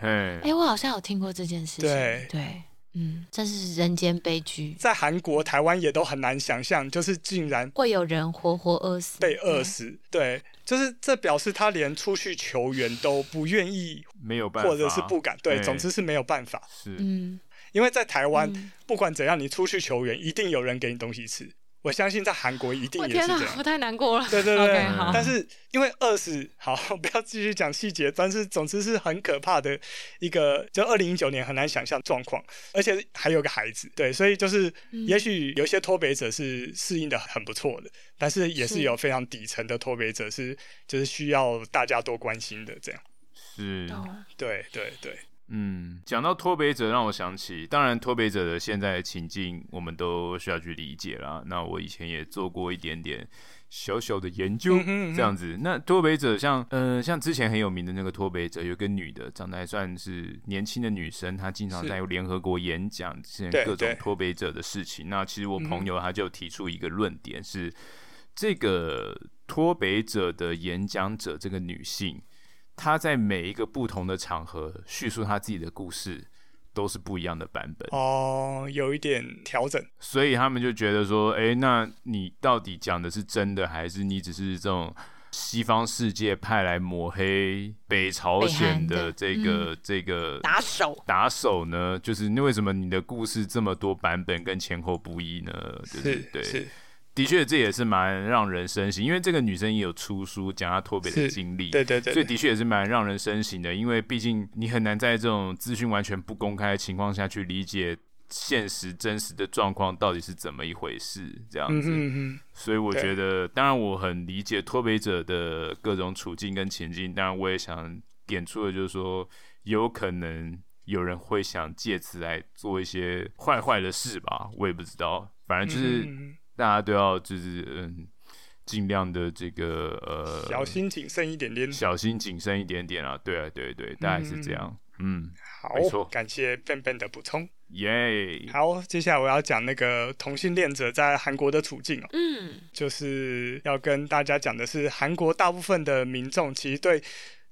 Speaker 1: 嗯
Speaker 3: 哎、，我好像有听过这件事情，
Speaker 2: 对
Speaker 3: 对，嗯，这是人间悲剧，
Speaker 2: 在韩国、台湾也都很难想象，就是竟然
Speaker 3: 会有人活活饿死，
Speaker 2: 被饿死，对，就是这表示他连出去求援都不愿意，
Speaker 1: 没有办法，
Speaker 2: 或者是不敢，对，
Speaker 1: 哎
Speaker 2: 总之是没有办法，
Speaker 3: 对，
Speaker 1: 是，
Speaker 3: 嗯，
Speaker 2: 因为在台湾、
Speaker 3: 嗯
Speaker 2: 不管怎样，你出去求援一定有人给你东西吃，我相信在韩国一定
Speaker 3: 我
Speaker 2: 也是
Speaker 3: 天
Speaker 2: 这
Speaker 3: 哪，我
Speaker 2: 样。
Speaker 3: 太难过了，
Speaker 2: 对对对
Speaker 3: OK，好
Speaker 2: 但是因为饿死， 好，不要继续讲细节，但是总之是很可怕的一个，就二零一九年很难想象状况，而且还有个孩子，对，所以就是
Speaker 3: 嗯
Speaker 2: 也许有些脱北者是适应的很不错的，但是也
Speaker 3: 是
Speaker 2: 是有非常底层的脱北者是就是需要大家多关心的这样，嗯
Speaker 1: 是，
Speaker 3: 懂
Speaker 2: 对对对，
Speaker 1: 嗯，讲到脱北者，让我想起，当然脱北者的现在的情境，我们都需要去理解啦。那我以前也做过一点点小小的研究，
Speaker 2: 嗯哼嗯哼
Speaker 1: 这样子。那脱北者像，呃，像之前很有名的那个脱北者，有一个女的，长得还算是年轻的女生，她经常
Speaker 2: 是
Speaker 1: 在联合国演讲，之前
Speaker 2: 对
Speaker 1: 各种
Speaker 2: 对嗯
Speaker 1: 脱北者的事情。那其实我朋友他就提出一个论点是，这个脱北者的演讲者，这个女性。他在每一个不同的场合叙述他自己的故事，都是不一样的版本，
Speaker 2: 哦，有一点调整，
Speaker 1: 所以他们就觉得说，诶，那你到底讲的是真的，还是你只是这种西方世界派来抹黑北朝鲜的这个、这个
Speaker 3: 打手。
Speaker 1: 打手呢，就是那为什么你的故事这么多版本跟前后不一呢？就是
Speaker 2: 是
Speaker 1: 对，
Speaker 2: 是，
Speaker 1: 的确这也是蛮让人深省，因为这个女生也有出书讲她脱北的
Speaker 2: 是
Speaker 1: 经历，
Speaker 2: 对对对
Speaker 1: 所以
Speaker 2: 对
Speaker 1: 的确也是蛮让人深省的，因为毕竟你很难在这种资讯完全不公开的情况下去理解现实真实的状况到底是怎么一回事，这样
Speaker 2: 嗯
Speaker 1: 子。
Speaker 2: 嗯嗯，
Speaker 1: 所以我
Speaker 2: 对
Speaker 1: 觉得，当然我很理解脱北者的各种处境跟情境，当然我也想点出的就是说，有可能有人会想借此来做一些坏坏的事吧，我也不知道，反正就是
Speaker 2: 嗯嗯嗯
Speaker 1: 大家都要就是嗯，尽量的这个呃
Speaker 2: 小心谨慎一点点。
Speaker 1: 小心谨慎一点点啊，对啊对对，大概是这样，嗯，没
Speaker 2: 好
Speaker 1: 错，
Speaker 2: 感谢笨笨的补充。
Speaker 1: 耶，
Speaker 2: 好，接下来我要讲那个同性恋者在韩国的处境哦，
Speaker 3: 嗯，
Speaker 2: 就是要跟大家讲的是，韩国大部分的民众其实对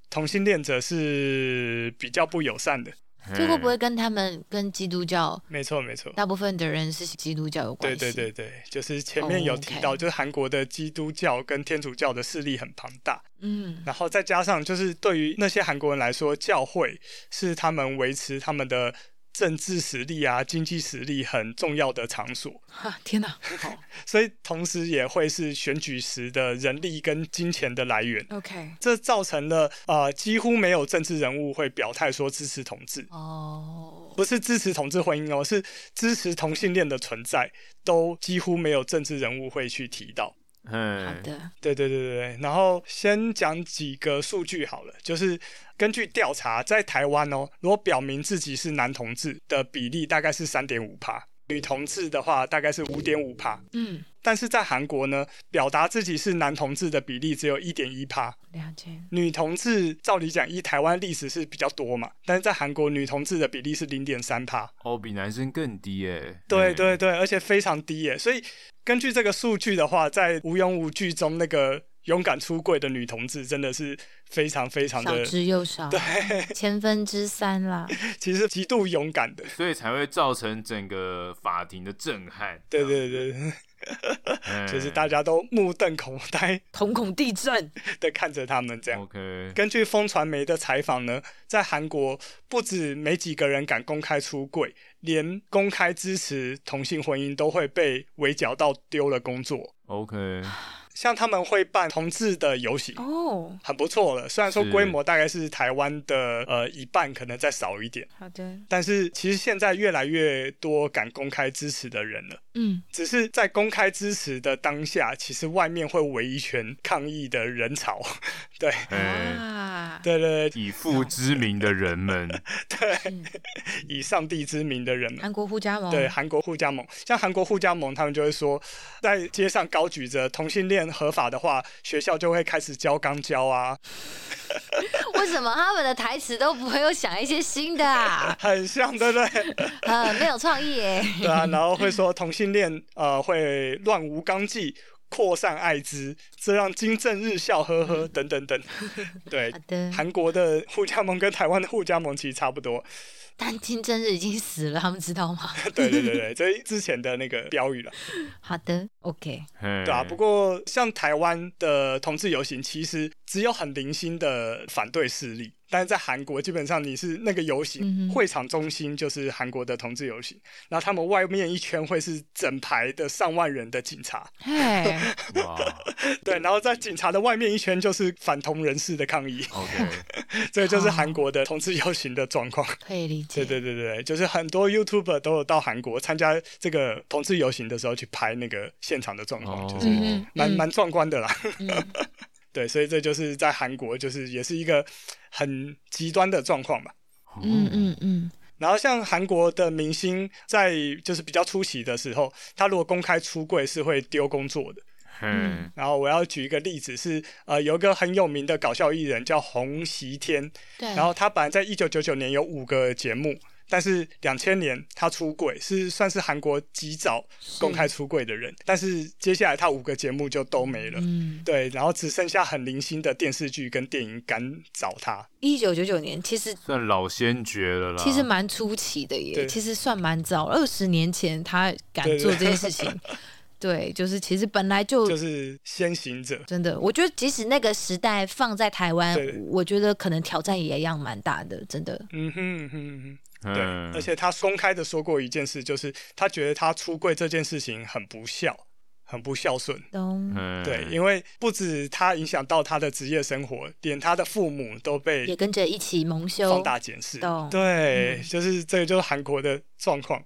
Speaker 2: 同性恋者是比较不友善的。
Speaker 3: 这会不会
Speaker 1: 嘿
Speaker 3: 跟他们跟基督教
Speaker 2: 没错，没错。
Speaker 3: 大部分的人是基督教有关
Speaker 2: 对
Speaker 3: 系？
Speaker 2: 对对对，就是前面有提
Speaker 3: 哦
Speaker 2: 到
Speaker 3: ，OK
Speaker 2: 就是韩国的基督教跟天主教的势力很庞大，
Speaker 3: 嗯，
Speaker 2: 然后再加上就是对于那些韩国人来说，教会是他们维持他们的政治实力啊、经济实力很重要的场所，
Speaker 3: 哈，天哪，好
Speaker 2: 所以同时也会是选举时的人力跟金钱的来源。
Speaker 3: ，OK，
Speaker 2: 这造成了呃几乎没有政治人物会表态说支持同志，
Speaker 3: 哦，
Speaker 2: 不是支持同志婚姻哦，是支持同性恋的存在，都几乎没有政治人物会去提到。
Speaker 3: 好
Speaker 1: 嘿，
Speaker 3: 的，
Speaker 2: 对对对对对，然后先讲几个数据好了，就是根据调查，在台湾哦，如果表明自己是男同志的比例大概是三点五趴，女同志的话大概是五点五趴，
Speaker 3: 嗯，
Speaker 2: 但是在韩国呢，表达自己是男同志的比例只有一点一趴，
Speaker 3: 了解，
Speaker 2: 女同志照理讲依台湾历史是比较多嘛，但是在韩国女同志的比例是零点三趴，
Speaker 1: 哦，比男生更低耶，
Speaker 2: 对
Speaker 1: 嘿
Speaker 2: 对对，而且非常低耶。所以根据这个数据的话，在无勇无惧中，那个勇敢出柜的女同志真的是非常非常
Speaker 3: 少
Speaker 2: 的，
Speaker 3: 之又少， 千分之三啦，
Speaker 2: 其实极度勇敢的。
Speaker 1: 所以才会造成整个法庭的震撼。
Speaker 2: 对对对，
Speaker 1: 嗯，
Speaker 2: 就是大家都目瞪口呆
Speaker 3: 瞳孔地震，
Speaker 2: 的看着他们这样。
Speaker 1: OK，
Speaker 2: 根据风传媒的采访呢，在韩国不止没几个人敢公开出柜，连公开支持同性婚姻都会被围剿到丢了工作。
Speaker 1: OK，
Speaker 2: 像他们会办同志的游行，
Speaker 3: 哦，
Speaker 2: 很不错了。虽然说
Speaker 1: 是
Speaker 2: 规模大概是台湾的呃一半，可能再少一点，
Speaker 3: 好的，
Speaker 2: 但是其实现在越来越多敢公开支持的人了。
Speaker 3: 嗯，
Speaker 2: 只是在公开支持的当下，其实外面会围一圈抗议的人潮。 对
Speaker 1: 哎，
Speaker 3: 啊，
Speaker 2: 对对对，
Speaker 1: 以父之名的人 们，
Speaker 2: 以上帝之名的人们。
Speaker 3: 韩国互加盟，
Speaker 2: 对韩国互加盟，像韩国互加盟，他们就会说，在街上高举着同性恋合法的话，学校就会开始教钢教啊，
Speaker 3: 为什么他们的台词都不会有想一些新 的啊？
Speaker 2: 很像，对不对？
Speaker 3: 呃，没有创意耶。
Speaker 2: 对啊，然后会说同性恋呃会乱无纲纪，扩散艾滋，这让金正日笑呵呵等等 等。对
Speaker 3: 好，的，
Speaker 2: 韩国的互加盟跟台湾的互加盟其实差不多。
Speaker 3: 但金正日已经死了，他们知道吗？
Speaker 2: 对对对对，这是之前的那个标语了。
Speaker 3: 好的，OK，
Speaker 1: 嘿
Speaker 2: 对啊，不过像台湾的同志游行，其实只有很零星的反对势力，但是在韩国基本上你是那个游行、
Speaker 3: 嗯哼
Speaker 2: 会场中心就是韩国的同志游行，然后他们外面一圈会是整排的上万人的警察。
Speaker 3: 嘿，
Speaker 1: 哇
Speaker 2: 对，然后在警察的外面一圈就是反同人士的抗议，
Speaker 1: ，OK，
Speaker 2: 这就是韩国的同志游行的状况。
Speaker 3: 可以理解。
Speaker 2: 对对对对，就是很多 YouTuber 都有到韩国参加这个同志游行的时候去拍那个现场的状况，
Speaker 1: 哦
Speaker 2: 就是
Speaker 3: 嗯嗯，
Speaker 2: 蛮
Speaker 3: 嗯
Speaker 2: 蛮壮观的啦。
Speaker 3: 嗯
Speaker 2: 对，所以这就是在韩国，就是也是一个很极端的状况吧。
Speaker 3: 嗯
Speaker 1: 哦
Speaker 3: 嗯嗯，
Speaker 2: 然后像韩国的明星在就是比较出席的时候，他如果公开出柜是会丢工作的。
Speaker 1: 嘿，
Speaker 2: 然后我要举一个例子是，呃，有一个很有名的搞笑艺人叫洪熙天，
Speaker 3: 对。
Speaker 2: 然后他本来在一九九九年有五个节目，但是两千年他出柜，是算是韩国极早公开出柜的人。但是接下来他五个节目就都没了，
Speaker 3: 嗯，
Speaker 2: 对，然后只剩下很零星的电视剧跟电影敢找他。
Speaker 3: 一九九九年其实
Speaker 1: 算老先觉了啦。
Speaker 3: 其实蛮出奇的耶，
Speaker 2: 啊对
Speaker 3: 其实算蛮早，二十年前他敢
Speaker 2: 对对
Speaker 3: 做这件事情，对 对，就是其实本来就
Speaker 2: 就是先行者。
Speaker 3: 真的，我觉得即使那个时代放在台湾
Speaker 2: 对，
Speaker 3: 我觉得可能挑战也一样蛮大的，真的。
Speaker 2: 嗯哼嗯哼嗯哼。对，
Speaker 1: 嗯，
Speaker 2: 而且他公开的说过一件事，就是他觉得他出柜这件事情很不孝，很不孝顺。
Speaker 3: 懂，
Speaker 1: 嗯
Speaker 2: 对，因为不止他影响到他的职业生活，连他的父母都
Speaker 3: 也
Speaker 2: 被
Speaker 3: 跟着一起蒙羞
Speaker 2: 放，大检视。
Speaker 3: 懂
Speaker 2: 对
Speaker 3: 嗯，
Speaker 2: 就是这个就是韩国的状况。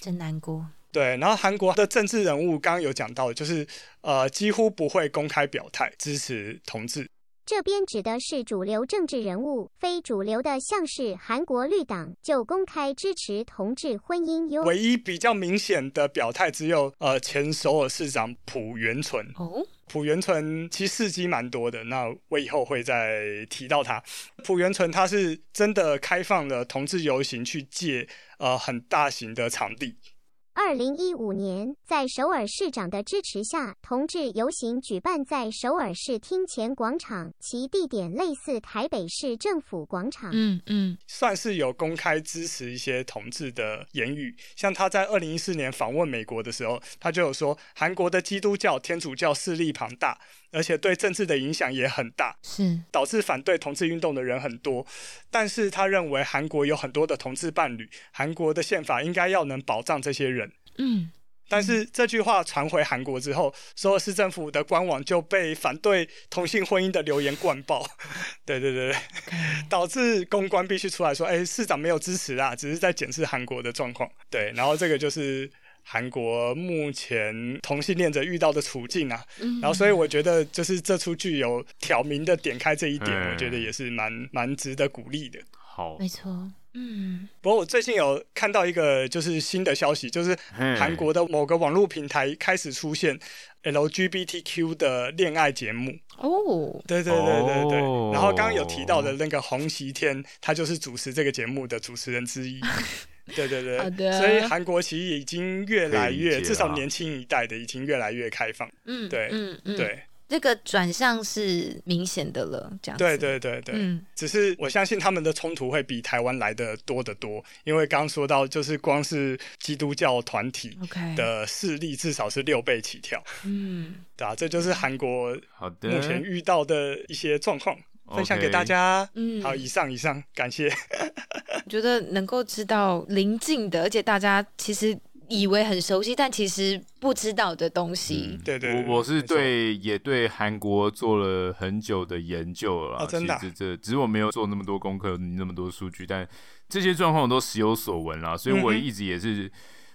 Speaker 3: 真难过。
Speaker 2: 对，然后韩国的政治人物刚刚有讲到，就是呃几乎不会公开表态支持同志。
Speaker 4: 这边指的是主流政治人物，非主流的像是韩国绿党就公开支持同志婚姻哟。
Speaker 2: 唯一比较明显的表态只有呃前首尔市长朴元淳，
Speaker 3: 哦，
Speaker 2: 朴元淳其实事迹蛮多的，那我以后会再提到他。朴元淳他是真的开放了同志游行去借呃很大型的场地，
Speaker 4: 二零一五年，在首尔市长的支持下，同志游行举办在首尔市厅前广场，其地点类似台北市政府广场。
Speaker 3: 嗯嗯，
Speaker 2: 算是有公开支持一些同志的言语。像他在二零一四年访问美国的时候，他就有说韩国的基督教、天主教势力庞大，而且对政治的影响也很大。
Speaker 3: 是
Speaker 2: 导致反对同志运动的人很多，但是他认为韩国有很多的同志伴侣，韩国的宪法应该要能保障这些人。
Speaker 3: 嗯，
Speaker 2: 但是这句话传回韩国之后，首尔市政府的官网就被反对同性婚姻的留言灌爆， 对对对对，导致公关必须出来说，哎，市长没有支持啊，只是在检视韩国的状况。对，然后这个就是韩国目前同性恋者遇到的处境啊。
Speaker 3: 嗯
Speaker 2: 然后所以我觉得就是这出剧有挑明的点开这一点，
Speaker 1: 嗯
Speaker 2: 我觉得也是蛮蛮值得鼓励的。
Speaker 1: 好，
Speaker 3: 没错，嗯，
Speaker 2: 不过我最近有看到一个就是新的消息，就是
Speaker 1: 嘿
Speaker 2: 韩国的某个网络平台开始出现 LGBTQ 的恋爱节目。
Speaker 3: 哦，
Speaker 2: 对对对对对。
Speaker 1: 哦
Speaker 2: 然后刚刚有提到的那个洪熙天，他就是主持这个节目的主持人 之一。对对对，
Speaker 3: 好的
Speaker 2: 所以韩国其实已经越来
Speaker 1: 可以理
Speaker 2: 越，
Speaker 1: 解
Speaker 2: 至少
Speaker 1: 啦
Speaker 2: 年轻一代的已经越来越开放。
Speaker 3: 嗯，
Speaker 2: 对
Speaker 3: 嗯嗯，，
Speaker 2: 对
Speaker 3: 这个转向是明显的了，这样子，
Speaker 2: 对对对对，
Speaker 3: 嗯
Speaker 2: 只是我相信他们的冲突会比台湾来的多得多，因为刚刚说到，就是光是基督教团体
Speaker 3: ，OK，
Speaker 2: 的势力至少是六倍起跳，
Speaker 3: 嗯，
Speaker 2: 对啊，这就是韩国
Speaker 1: 好的，
Speaker 2: 目前遇到的一些状况，分享给大家。
Speaker 3: 嗯
Speaker 2: 好，以上以上，感谢。
Speaker 3: 我觉得能够知道邻近的，而且大家其实以为很熟悉，但其实不知道的东西。
Speaker 2: 对对对
Speaker 1: 嗯我我是
Speaker 2: 没错
Speaker 1: 对也对韩国做了很久的研究了啦，
Speaker 2: 哦真的啊
Speaker 1: 其实这只是我没有做那么多功课，那么多数据，但这些状况我都时有所闻啦，所以我
Speaker 2: 嗯哼
Speaker 1: 一直也是。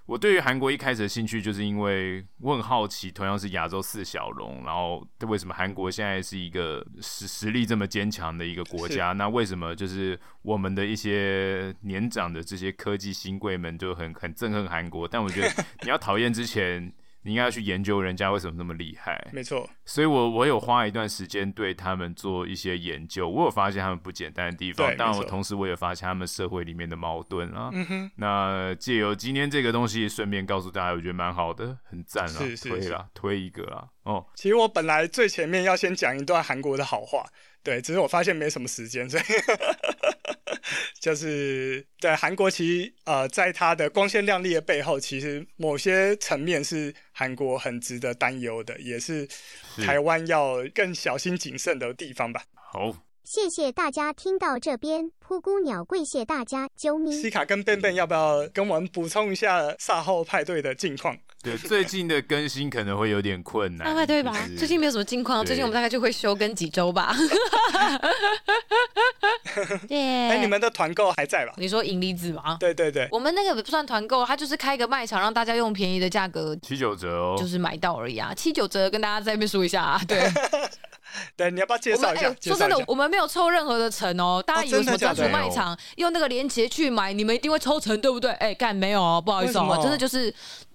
Speaker 1: 我对于韩国一开始的兴趣，就是因为我很好奇，同样是亚洲四小龙，然后为什么韩国现在是一个实实力这么坚强的一个国家？那为什么就是我们的一些年长的这些科技新贵们就很很憎恨韩国？但我觉得 你要讨厌之前，你应该要去研究人家为什么那么厉害。
Speaker 2: 没错，
Speaker 1: 所以我我有花一段时间对他们做一些研究，我有发现他们不简单的地方
Speaker 2: 对，
Speaker 1: 但
Speaker 2: 没错嗯
Speaker 1: 我同时我也发现他们社会里面的矛盾啊。那借由今天这个东西，顺便告诉大家，我觉得蛮好的，很赞啦，
Speaker 2: 是是
Speaker 1: 推
Speaker 2: 是
Speaker 1: 啦，推一个啦，哦，
Speaker 2: 其实我本来最前面要先讲一段韩国的好话，对，只是我发现没什么时间，所以 就是在韩国其实呃，在它的光鲜亮丽的背后，其实某些层面是韩国很值得担忧的，也是
Speaker 1: 是
Speaker 2: 台湾要更小心谨慎的地方吧。
Speaker 1: 好，
Speaker 4: 谢谢大家听到这边，扑姑鸟跪谢大家，啾咪
Speaker 3: 嗯
Speaker 2: 西。卡跟贝贝要不要跟我们补充一下赛后派对的近况？
Speaker 1: 对，最近的更新可能会有点困难，
Speaker 3: 大概对吧
Speaker 2: 嗯
Speaker 1: 就？是
Speaker 3: 最近没有什么近况啊，
Speaker 1: 对
Speaker 3: 最近我们大概就会休更几 周吧。对，
Speaker 2: 哎、你们的团购还在吧？
Speaker 3: 你说银离子吗？
Speaker 2: 对对对，
Speaker 3: 我们那个不算团购，它就是开个卖场，让大家用便宜的价格
Speaker 1: 七九折哦，
Speaker 3: 就是买到而已啊，七九折，跟大家在那边说一下啊。对，
Speaker 2: 对，你要不要介
Speaker 3: 我们
Speaker 2: 绍一
Speaker 3: 哎、
Speaker 2: 下？介
Speaker 3: 说
Speaker 2: 绍
Speaker 3: 真
Speaker 2: 一下，。
Speaker 3: 的我们没有抽任何的成哦，大家
Speaker 2: 哦
Speaker 3: 以为什么
Speaker 2: 真的假
Speaker 3: 专属
Speaker 2: 的
Speaker 3: 卖场、用那个链接去买，你们一定会抽成，对不对？哎、干没有哦，不好意思
Speaker 2: 为
Speaker 3: 哦
Speaker 2: 什，么
Speaker 3: 真的就是。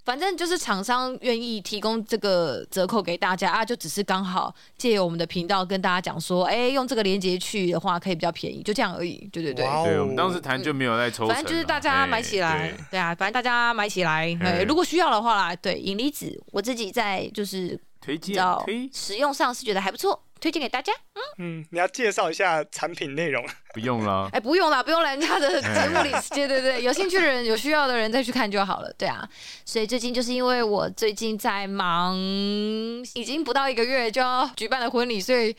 Speaker 3: 反正就是厂商愿意提供这个折扣给大家啊，就只是刚好借由我们的频道跟大家讲说，哎、用这个链接去的话可以比较便宜，就这样而已，对对对。
Speaker 2: 哇哦哦
Speaker 1: 对，我们当时谈就没有在抽成啊，
Speaker 3: 反正就是大家买起来，
Speaker 1: 哎对
Speaker 3: 对啊，反正大家买起来，哎、
Speaker 1: 哎
Speaker 3: 如果需要的话啦，对，银离子我自己在就是
Speaker 1: 推荐
Speaker 3: 比较
Speaker 1: 推
Speaker 3: 使用上是觉得还不错，推荐给大家。
Speaker 2: 嗯，你要介绍一下产品内容。
Speaker 1: 不用啦，
Speaker 3: 哎，不用啦，不用来人家的节目里，对对对，有兴趣的人、有需要的人再去看就好了，对啊。所以最近就是因为我最近在忙，已经不到一个月就要举办了婚礼，所以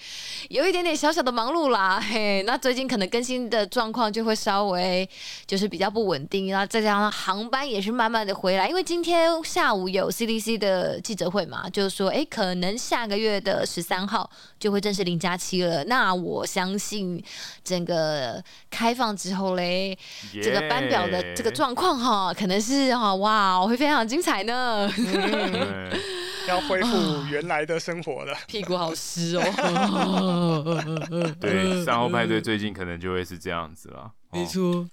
Speaker 3: 有一点点小小的忙碌啦。嘿，那最近可能更新的状况就会稍微就是比较不稳定，然后再加上航班也是慢慢的回来，因为今天下午有 CDC 的记者会嘛，就是说，哎，可能下个月的十三号就会正式零加七了。那我相信整个开放之后嘞， 这个班表的这个
Speaker 1: Yeah
Speaker 3: 状况哈，可能是哈哇，会非常精彩呢。
Speaker 1: 对
Speaker 2: 要恢复原来的生活了。
Speaker 3: 屁股好湿哦。
Speaker 1: 对，善后派对最近可能就会是这样子啦。哦
Speaker 3: 错，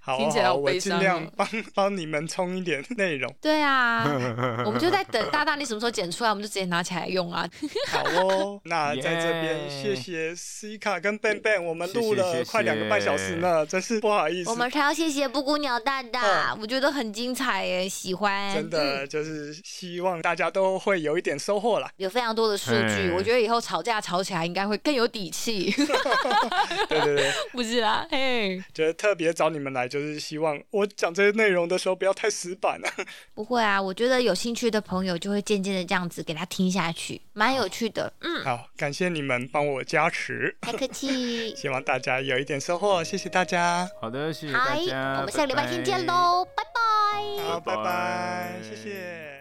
Speaker 2: 好
Speaker 3: 听
Speaker 2: 啊，
Speaker 3: 起来
Speaker 2: 好啊，
Speaker 3: 好
Speaker 2: 我
Speaker 3: 悲
Speaker 2: 尽
Speaker 3: 伤
Speaker 2: 量
Speaker 3: 哦
Speaker 2: 帮帮你们充一点内容。
Speaker 3: 对 啊，我们就在等大大你什么时候剪出来，我们就直接拿起来用啊。
Speaker 2: 好哦，那在这边
Speaker 1: Yeah
Speaker 2: 谢谢 C 卡跟 Ben Ben，我们
Speaker 1: 谢
Speaker 2: 录
Speaker 1: 谢
Speaker 2: 了
Speaker 1: 谢
Speaker 2: 快两个半小时
Speaker 1: 谢
Speaker 2: 呢，真是不好意思。
Speaker 5: 我们才要谢谢布谷鸟大大，
Speaker 1: 嗯
Speaker 5: 我觉得很精彩耶，喜欢，
Speaker 2: 真
Speaker 3: 嗯
Speaker 2: 的就是希望大家都会有一点收获啦。
Speaker 3: 有非常多的数据，
Speaker 1: 嘿
Speaker 3: 我觉得以后吵架吵起来应该会更有底气，
Speaker 2: 对对对，
Speaker 3: 不是啦？嘿，
Speaker 2: 就是特别找你们来，就是希望我讲这些内容的时候不要太死板啊。
Speaker 5: 不会啊，我觉得有兴趣的朋友就会渐渐的这样子给他听下去，蛮有趣的。嗯，
Speaker 2: 好，感谢你们帮我加持，，
Speaker 5: 太客气
Speaker 2: 希望大家有一点收获，谢谢大家。
Speaker 1: 好的，谢谢
Speaker 5: 好
Speaker 1: 大，家，
Speaker 5: 我们下个礼拜天见
Speaker 1: 拜拜
Speaker 5: 喽，拜拜。
Speaker 2: 好，拜
Speaker 1: 拜
Speaker 2: 拜
Speaker 1: 拜，
Speaker 2: 谢谢。